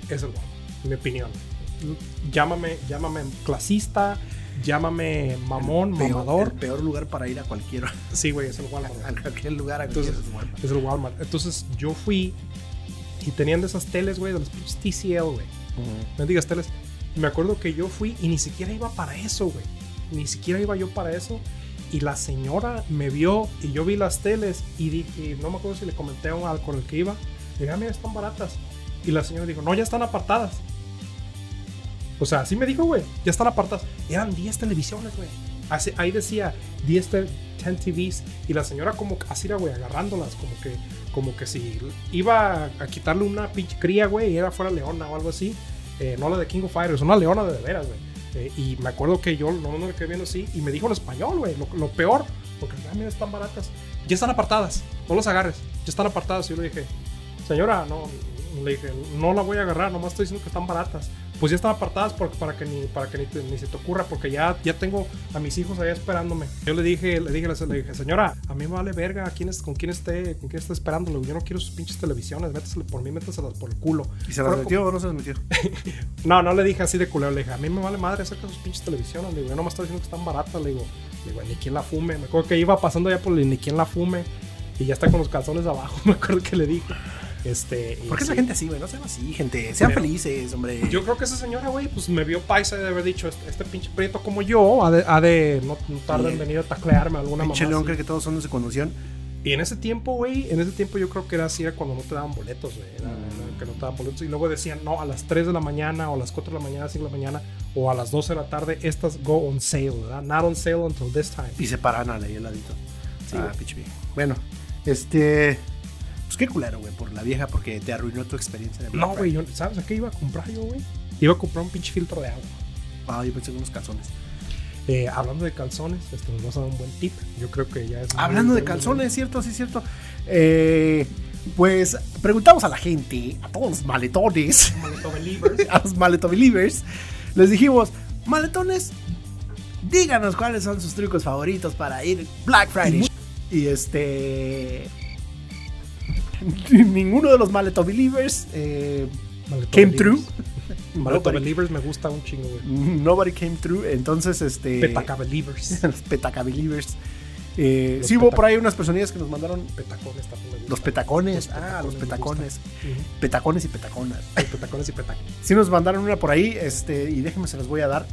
es el Walmart, en mi opinión. Llámame, llámame clasista, llámame mamón, Peor- mamador. el Ah, peor lugar para ir a cualquier a Sí, güey, es el Walmart. güey. cualquier lugar a Entonces, cualquier Walmart. Es el Walmart. Entonces yo fui y tenían de esas teles, güey, de las pinches TCL, güey. No digas teles. Me acuerdo que yo fui y ni siquiera iba para eso, güey. Ni siquiera iba yo para eso. Y la señora me vio y yo vi las teles y dije, no me acuerdo si le comenté a un- al con el que iba, le dije, "Ah, mira, están baratas. Y la señora dijo, no, ya están apartadas. O sea, así me dijo, güey, ya están apartadas. Eran 10 televisiones, güey. Así- Ahí decía 10, te- 10 TVs y la señora como que- así era, güey, agarrándolas, como que, como que si iba a quitarle una pinche cría, güey, y era fuera leona o algo así, eh, no la de King of Fighters, una leona de, de veras, güey. Eh, y me acuerdo que yo no me quedé viendo así y me dijo en español, güey, lo, lo peor, porque ah, mira, están baratas, ya están apartadas, no los agarres, ya están apartadas. Y yo le dije, señora, no, le dije, no la voy a agarrar, nomás estoy diciendo que están baratas. Pues ya están apartadas porque, para que, ni, para que ni, te- ni se te ocurra, porque ya, ya tengo a mis hijos allá esperándome. Yo le dije, le dije, le dije, señora, a mí me vale verga ¿a quién es, con quién esté, con quién esté esperándole. Yo no quiero sus pinches televisiones, métasele por mí, métaselas por el culo. ¿Y se las Pero- metió o no se las metió? no, no le dije así de culero. Le dije, a mí me vale madre acerca de sus pinches televisiones. Le digo, yo no me estoy diciendo que están baratas. Le digo, le digo, ni quien la fume. Me acuerdo que iba pasando ya por el ni quien la fume. Y ya está con los calzones abajo. <laughs> Me acuerdo que le dije. Este, y ¿Por qué es la sí. gente así, güey? No sean así, gente. Sean Pero- felices, hombre. Yo creo que esa señora, güey, pues me vio paisa de haber dicho, este, este pinche prieto como yo, ha de, ha de no, no tarda en Sí. venir a taclearme alguna Pinche mamá. León así". cree que todos son de su condición. Y en ese tiempo, güey, en ese tiempo yo creo que era así, era cuando no te daban boletos, güey. Era, Mm. era que no te daban boletos. Y luego decían, no, a las 3 de la mañana, o a las 4 de la mañana, 5 de la mañana, o a las 12 de la tarde, estas go on sale, ¿verdad? Not on sale until this time. Y se paran al ahí al ladito. Sí, ah, güey. pinche vieja. Bueno, este. Pues qué culero, güey, por la vieja, porque te arruinó tu experiencia de Black No, güey, yo- ¿sabes a qué iba a comprar yo, güey? Iba a comprar un pinche filtro de agua. Friday. Ah, yo pensé en unos calzones. Eh, hablando de calzones, este, nos vas a dar un buen tip. Yo creo que ya es. muy- Hablando de muy- calzones, ¿cierto? Sí, cierto. Eh, pues preguntamos a la gente, a todos los maletones, <laughs> Maletobelievers. a los maletobelievers, les dijimos, maletones, díganos cuáles son sus trucos favoritos para ir Black Friday. Y <laughs> este. Ninguno de los maletobelievers eh, Maleto Came Believers. true. Maleto Nobody- Believers me gusta un chingo, <laughs> güey. Nobody came through. Entonces, este. Petaca <laughs> Believers. los petaca believers. Eh, Los sí, hubo petaca- por ahí unas personillas que nos mandaron Petacones también me gusta. los petacones. Los ah, los petacones petacones. me gustan. Petacones y petaconas. Ujú, los Petacones y petacones. Sí, nos mandaron una por ahí. Este, y déjenme se las voy a dar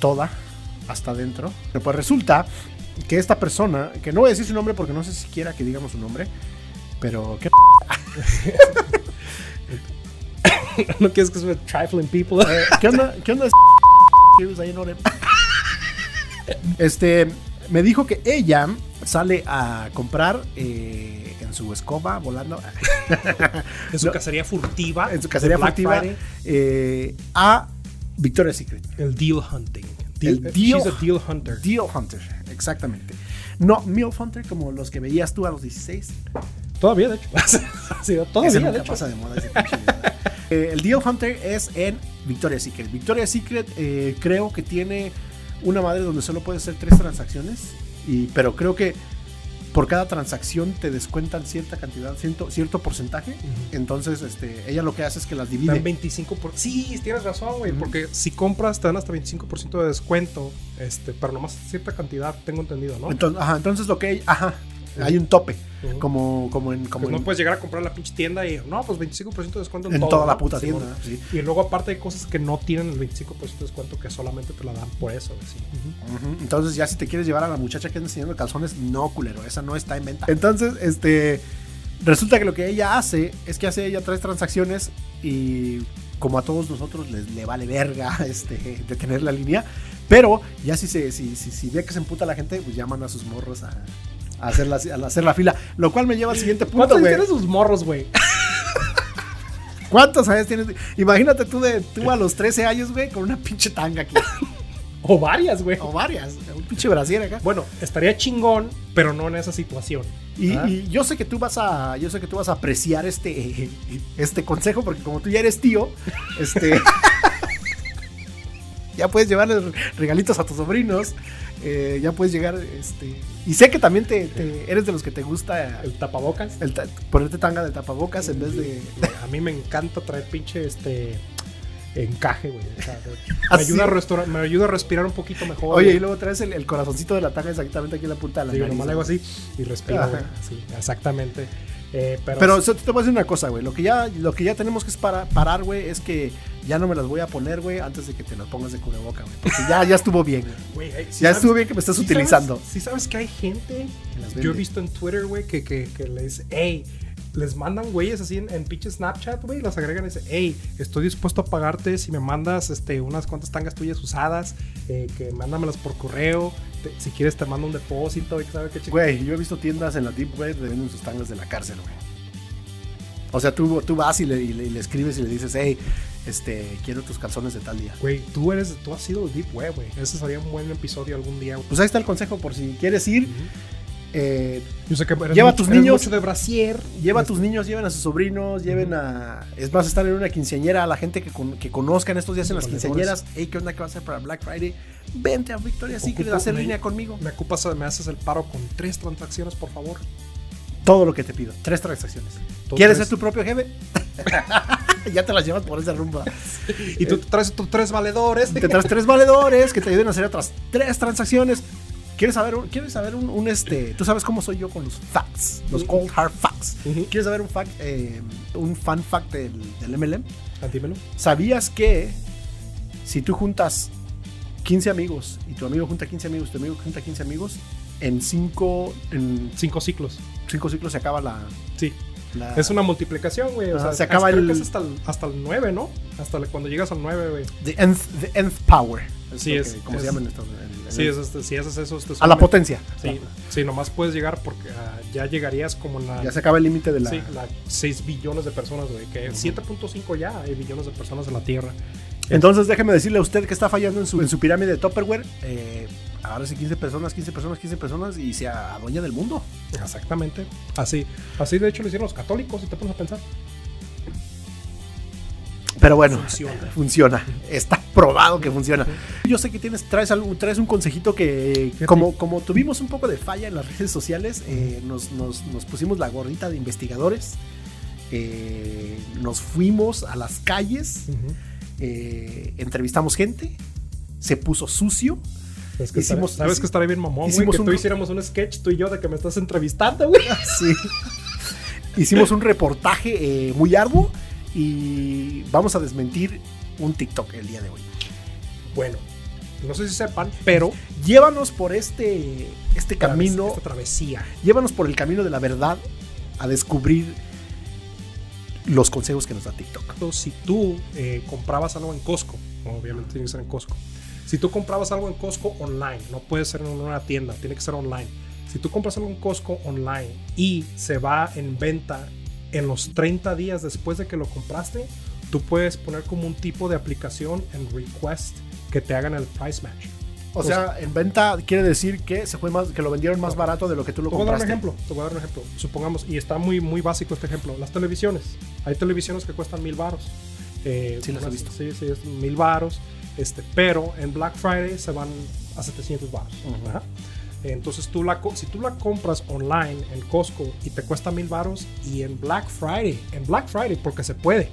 toda hasta adentro. Pero pues resulta que esta persona, que no voy a decir su nombre porque no sé siquiera que digamos su nombre, pero qué <laughs> ¿No quieres que suene Trifling <laughs> People? Eh, ¿Qué onda? ¿Qué onda? que vives ahí en Orem? Este, me dijo que ella sale a comprar eh, en su escoba volando, <laughs> En su No. cacería furtiva. en su cacería de Black furtiva Friday, eh, a Victoria's Secret. el deal hunting. El Deal- eh, deal- she's a deal hunter. Deal Hunter, exactamente. No, Meal Hunter, como los que veías tú a los 16. Todavía, de hecho. <laughs> Sí, Ese todavía, nunca de hecho. pasa de moda, ese pinche <laughs> video. Eh, el Deal Hunter es en Victoria's Secret. Victoria's Secret eh, creo que tiene una madre donde solo puedes hacer tres transacciones, y, pero creo que por cada transacción te descuentan cierta cantidad, ciento- cierto porcentaje. Ujú. Entonces, este, ella lo que hace es que las divide. Dan 25%. por- Sí, tienes razón, güey. Ujú. Porque si compras, te dan hasta 25% de descuento. Este, pero nomás cierta cantidad, tengo entendido, ¿no? Entonces, ajá, entonces lo que ajá, Ujú. hay un tope, Ujú. como, como en, como Pues no en- puedes llegar a comprar la pinche tienda y no, pues 25% de descuento en, en todo, toda la ¿no? puta Sí, tienda. bueno. sí. Y luego, aparte, hay cosas que no tienen el 25% de descuento que solamente te la dan por eso, güey. sí. Ujú, Entonces ya si te quieres llevar a la muchacha que anda enseñando calzones, no culero, esa no está en venta. Entonces, este, resulta que lo que ella hace es que hace ella tres transacciones y como a todos nosotros les le vale verga <laughs> este, detener la línea, pero ya si, se, si, si, si ve que se emputa la gente, pues llaman a sus morros a, a hacer, la, a hacer la fila, lo cual me lleva al siguiente punto, ¿Cuántos güey. tienes sus morros, güey? <laughs> ¿Cuántos años tienes? Imagínate tú, de, tú a los 13 años, güey, con una pinche tanga aquí, O varias, güey. o varias, un pinche brasier acá. Bueno, estaría chingón, pero no en esa situación. Y, ¿verdad? y yo sé que tú vas a yo sé que tú vas a apreciar este <laughs> este consejo porque como tú ya eres tío, este <laughs> ya puedes llevarle regalitos a tus sobrinos, eh, ya puedes llegar este y sé que también te, te- eres de los que te gusta El tapabocas. el ta- ponerte tanga de tapabocas en vez de A mí me encanta traer pinche este encaje, güey. O sea, <laughs> de- ¿Ah, me, ayuda a sí? restaurar- me ayuda a respirar un poquito mejor. Oye, güey. y luego traes el, el corazoncito de la tanga exactamente aquí en la punta de la Digo, nariz, nomás le hago güey. así y respiro, güey. Ajá. Sí, exactamente. Eh, pero, Pero o sea, te voy a decir una cosa, güey. Lo que ya, lo que ya tenemos que es para, parar, güey, es que ya no me las voy a poner, güey, antes de que te las pongas de cubreboca, güey. Porque ya, ya estuvo bien, güey. güey, eh, sí Ya sabes- estuvo bien que me estás sí utilizando. sabes- sí sabes que hay gente, Que las yo he vende. visto en Twitter, güey, que, que, que les, hey, les mandan güeyes así en, en pinche Snapchat, güey, las agregan y dicen, hey, estoy dispuesto a pagarte si me mandas este, unas cuantas tangas tuyas usadas, eh, que mándamelas por correo, te- si quieres te mando un depósito, y que sabe qué chingada. Güey, yo he visto tiendas en la Deep Web que venden sus tangas de la cárcel, güey. O sea, tú, tú vas y le, y le- y le escribes y le dices, hey, este, quiero tus calzones de tal día. Güey, tú eres, tú has sido deep web, güey. Ese sería un buen episodio algún día. güey. Pues ahí está el consejo por si quieres ir. Ujú. eh, Yo sé que eres Lleva mucho- a tus eres niños. mucho de brasier. lleva a tus niños, lleven a sus sobrinos, lleven a... Es más, estar en una quinceañera, a la gente que, con- que conozcan estos días en las Híjole, quinceañeras. Hey, ¿qué onda? ¿Qué va a hacer para Black Friday? Vente a Victoria's Secret a Ocupo hacer una- línea conmigo. Me ocupas, me haces el paro con tres transacciones, por favor. Todo lo que te pido. Tres transacciones. Todo ¿Quieres tres. ser tu propio jefe? <laughs> ya te las llevas por esa rumba. Y tú te traes tus tres valedores. Te traes tres valedores que te ayuden a hacer otras tres transacciones. ¿Quieres saber un, quieres saber un, un, este? Tú sabes cómo soy yo con los facts, los Ujú. cold hard facts. Ujú. ¿Quieres saber un fact, eh, un fan fact del, del MLM? Ah, dímelo. ¿Sabías que si tú juntas 15 amigos y tu amigo junta 15 amigos, tu amigo junta 15 amigos, en cinco, en Cinco ciclos. cinco ciclos se acaba la, Sí. la- Es una multiplicación, güey. O Ah. Ajá, sea, se acaba creo el- que es hasta el, hasta el 9, ¿no? Hasta el- cuando llegas al 9, güey. The nth, the nth power. Sí, lo es- que- como se es- llaman estos. el- el- Sí, es este- si haces eso, este es a la un- potencia. Sí, sí, nomás puedes llegar porque ah, ya llegarías como en la. Ya se acaba el límite de la. Sí, la 6 billones de personas, güey. Que Ujú. 7.5 ya hay billones de personas en la Tierra. Entonces déjeme decirle a usted que está fallando en su, en su pirámide de Tupperware. Eh, ahora sí, 15 personas, 15 personas, 15 personas y se adueña del mundo. Exactamente. Así. Así de hecho lo hicieron los católicos, si te pones a pensar. Pero bueno, Funciona. funciona. Está probado que funciona. Yo sé que tienes, traes, algo, traes un consejito que, como, como tuvimos un poco de falla en las redes sociales, eh, nos, nos- nos pusimos la gorrita de investigadores eh, nos fuimos a las calles, Ujú. eh, entrevistamos gente, se puso sucio. Es que Hicimos- estaré- sabes que estaré bien mamón, güey. hicimos Que un- tú hiciéramos un sketch, tú y yo, de que me estás entrevistando, güey. Ah, <laughs> Sí. Hicimos un reportaje eh, muy arduo y vamos a desmentir un TikTok el día de hoy. Bueno, no sé si sepan, pero. Llévanos por este, este camino, Esta travesía. llévanos por el camino de la verdad a descubrir los consejos que nos da TikTok. Si tú eh, comprabas algo en Costco, obviamente tiene que ser en Costco. Si tú comprabas algo en Costco online, no puede ser en una tienda, tiene que ser online. Si tú compras algo en Costco online y se va en venta en los 30 días después de que lo compraste, tú puedes poner como un tipo de aplicación en request que te hagan el price match. O sea, en venta quiere decir que se fue más, que lo vendieron más barato de lo que tú lo Te voy a Ah. dar un compraste. ejemplo, te voy a dar un ejemplo. Supongamos, y está muy, muy básico este ejemplo, las televisiones. Hay televisiones que cuestan mil varos. Eh, Sí, las he unas- visto. Sí, sí, es mil varos. Este, pero en Black Friday se van a 700 varos. Ujú. Ajá. Entonces, tú la, co- si tú la compras online en Costco y te cuesta mil varos y en Black Friday, en Black Friday, porque se puede,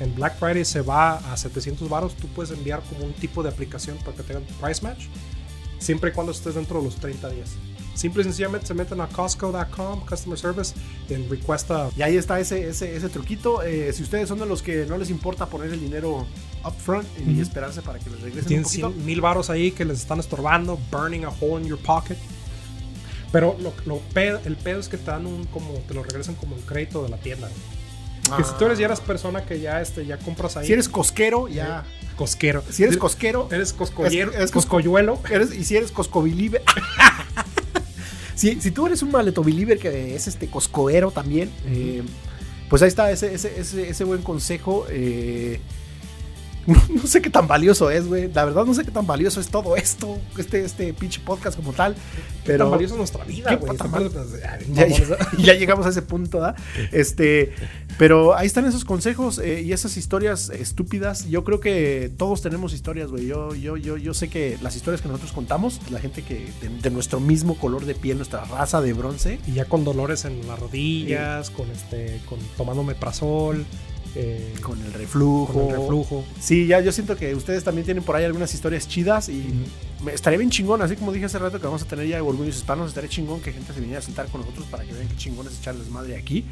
en Black Friday se va a 700 varos, tú puedes enviar como un tipo de aplicación para que te hagan price match siempre y cuando estés dentro de los 30 días. Simple y sencillamente se meten a Costco.com, Customer Service, en recuesta. Y ahí está ese, ese, ese truquito. Eh, si ustedes son de los que no les importa poner el dinero upfront y Ujú. esperarse para que les regresen un Tienen poquito. 100 mil varos ahí que les están estorbando, burning a hole in your pocket. Pero lo, lo pedo- el pedo es que te dan un, como, te lo regresan como un crédito de la tienda. Que si tú eres, ya eres persona que ya, este, ya compras ahí. ah, Si eres cosquero, ya. Eh, cosquero. Si eres cosquero, Eres coscoyero- Es- es cosco- coscoyuelo. eres- y si eres coscobiliver. <laughs> si, si tú eres un maletobiliver que es este coscoero también, eh, pues ahí está ese, ese, ese, ese buen consejo. eh, <laughs> no, no sé qué tan valioso es, güey. La verdad, no sé qué tan valioso es todo esto, este, este pinche podcast como tal. <laughs> Pero tan valiosa es nuestra vida, Qué güey. puta Tan madre. valioso- Ay, ya, mamón, ya- <laughs> ya llegamos a ese punto, ¿da? Este, pero ahí están esos consejos eh, y esas historias estúpidas. Yo creo que todos tenemos historias, güey. Yo, yo, yo, yo sé que las historias que nosotros contamos, la gente que de, de nuestro mismo color de piel, nuestra raza de bronce, y ya con dolores en las rodillas, con este, con tomando meprazol, eh, con, con el reflujo. el reflujo. Sí, ya yo siento que ustedes también tienen por ahí algunas historias chidas y me- estaría bien chingón, así como dije hace rato que vamos a tener ya orgullos hispanos, estaría chingón que gente se viniera a sentar con nosotros para que vean qué chingón es echarles madre aquí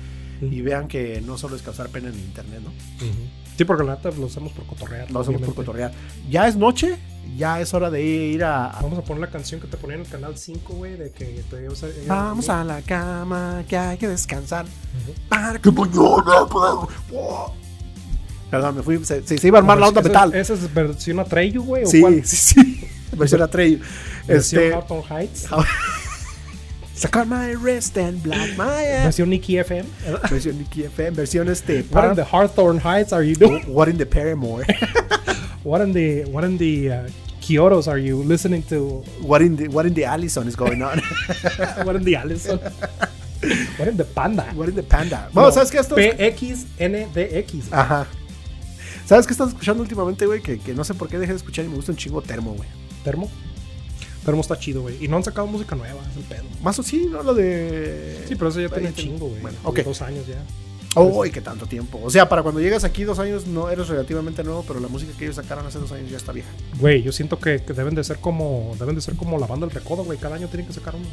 y vean que no solo es causar pena en el internet, ¿no? Ujú. Sí, porque la neta lo hacemos por cotorrear. Lo hacemos por obviamente. cotorrear. Ya es noche, ya es hora de ir a. Ah, Vamos a poner la canción que te ponía en el canal 5, güey, de que te ibas a- Vamos a la cama, que hay que descansar. Ujú. Para que mañana podamos- Oh. Perdón, me fui. Se, se- se iba a armar la onda ¿Esa- metal. ¿Esa es versión Atreyu, güey? ¿O Sí, este, cuál? sí, <laughs> sí. Versión Atreyu. ¿Versión Este. Hawthorne Heights? Sacar my wrist and black my ass. ¿Versión Nicky FM? <laughs> Versión Nicky FM. Versión este. What in Param- the Hawthorne Heights are you doing? <laughs> What in the Paramore. <laughs> What in the, what in the uh, Kyotos are you listening to? <laughs> What in the, what in the Allison is going on. <laughs> What in the Allison? What in the Panda? What in the Panda. Vamos, No, ¿sabes qué? Esto es- Ah. PXNDX. Ajá. ¿Sabes qué estás escuchando últimamente, güey? Que, que no sé por qué dejé de escuchar y me gusta un chingo termo, güey. Termo. Termo está chido, güey. Y no han sacado música nueva, es el pedo. Más o sí, ¿no? Lo de. Sí, pero eso ya Ahí tiene te- chingo, güey. Bueno, ok. Dos años ya. Uy, qué tanto tiempo. O sea, para cuando llegas aquí dos años no eres relativamente nuevo, pero la música que ellos sacaron hace dos años ya está vieja. Güey, yo siento que, que deben de ser como deben de ser como la banda del recodo, güey. Cada año tienen que sacar uno.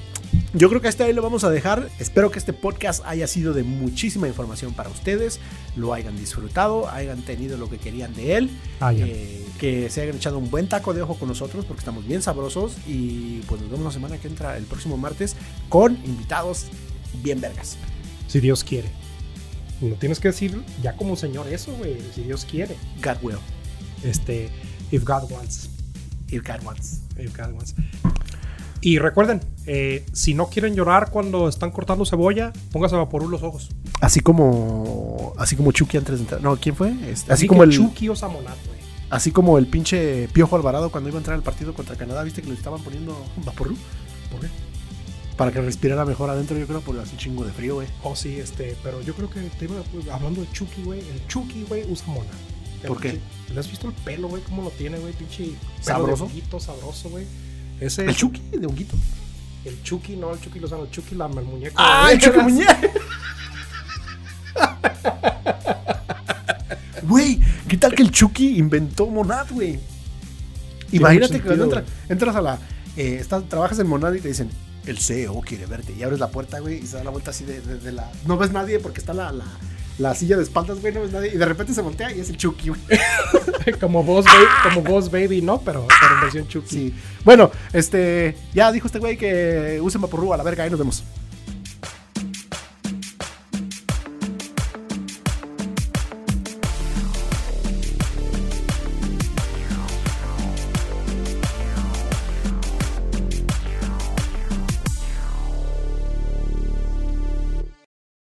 Yo creo que hasta ahí lo vamos a dejar. Espero que este podcast haya sido de muchísima información para ustedes. Lo hayan disfrutado, hayan tenido lo que querían de él. eh, que se hayan echado un buen taco de ojo con nosotros porque estamos bien sabrosos. Y pues nos vemos la semana que entra, el próximo martes, con invitados bien vergas. Si Dios quiere. No tienes que decir ya como un señor eso, güey. Si Dios quiere. God will. Este, if God wants. If God wants. If God wants. Y recuerden, eh, si no quieren llorar cuando están cortando cebolla, póngase a vaporú los ojos. Así como. Así como Chucky antes de entrar. No, ¿quién fue? Este, así Así como que el. Chucky o Samonat, güey. Así como el pinche Piojo Alvarado cuando iba a entrar al partido contra Canadá, viste que le estaban poniendo vaporru ¿Por qué? para que respirara mejor adentro, yo creo, porque hace un chingo de frío, güey. Oh, sí, este, pero yo creo que te iba pues, hablando de Chucky, güey. El Chucky, güey, usa mona. El ¿Por qué? pinche- ¿Le has visto el pelo, güey? ¿Cómo lo tiene, güey? Pinche. pelo de ¿Sabroso? honguito, sabroso, güey. Ese. El Chucky de honguito. El Chucky, Ah, <laughs> <laughs> no, el Chucky Lozano. El Chucky, la, el muñeco. ¡Ah, güey. el Chucky Muñe! Chucky inventó Monad, güey. Imagínate que cuando entra- entras a la. eh, estás- trabajas en Monad y te dicen, el CEO quiere verte. Y abres la puerta, güey, y se da la vuelta así de, de- de la. No ves nadie porque está la, la, la silla de espaldas, güey, no ves nadie. Y de repente se voltea y es el Chucky, güey. como Boss Baby, como Boss Baby, no, pero, pero en versión Chucky. Sí. Bueno, este. Ya dijo este güey que usen Vaporru a la verga, ahí nos vemos.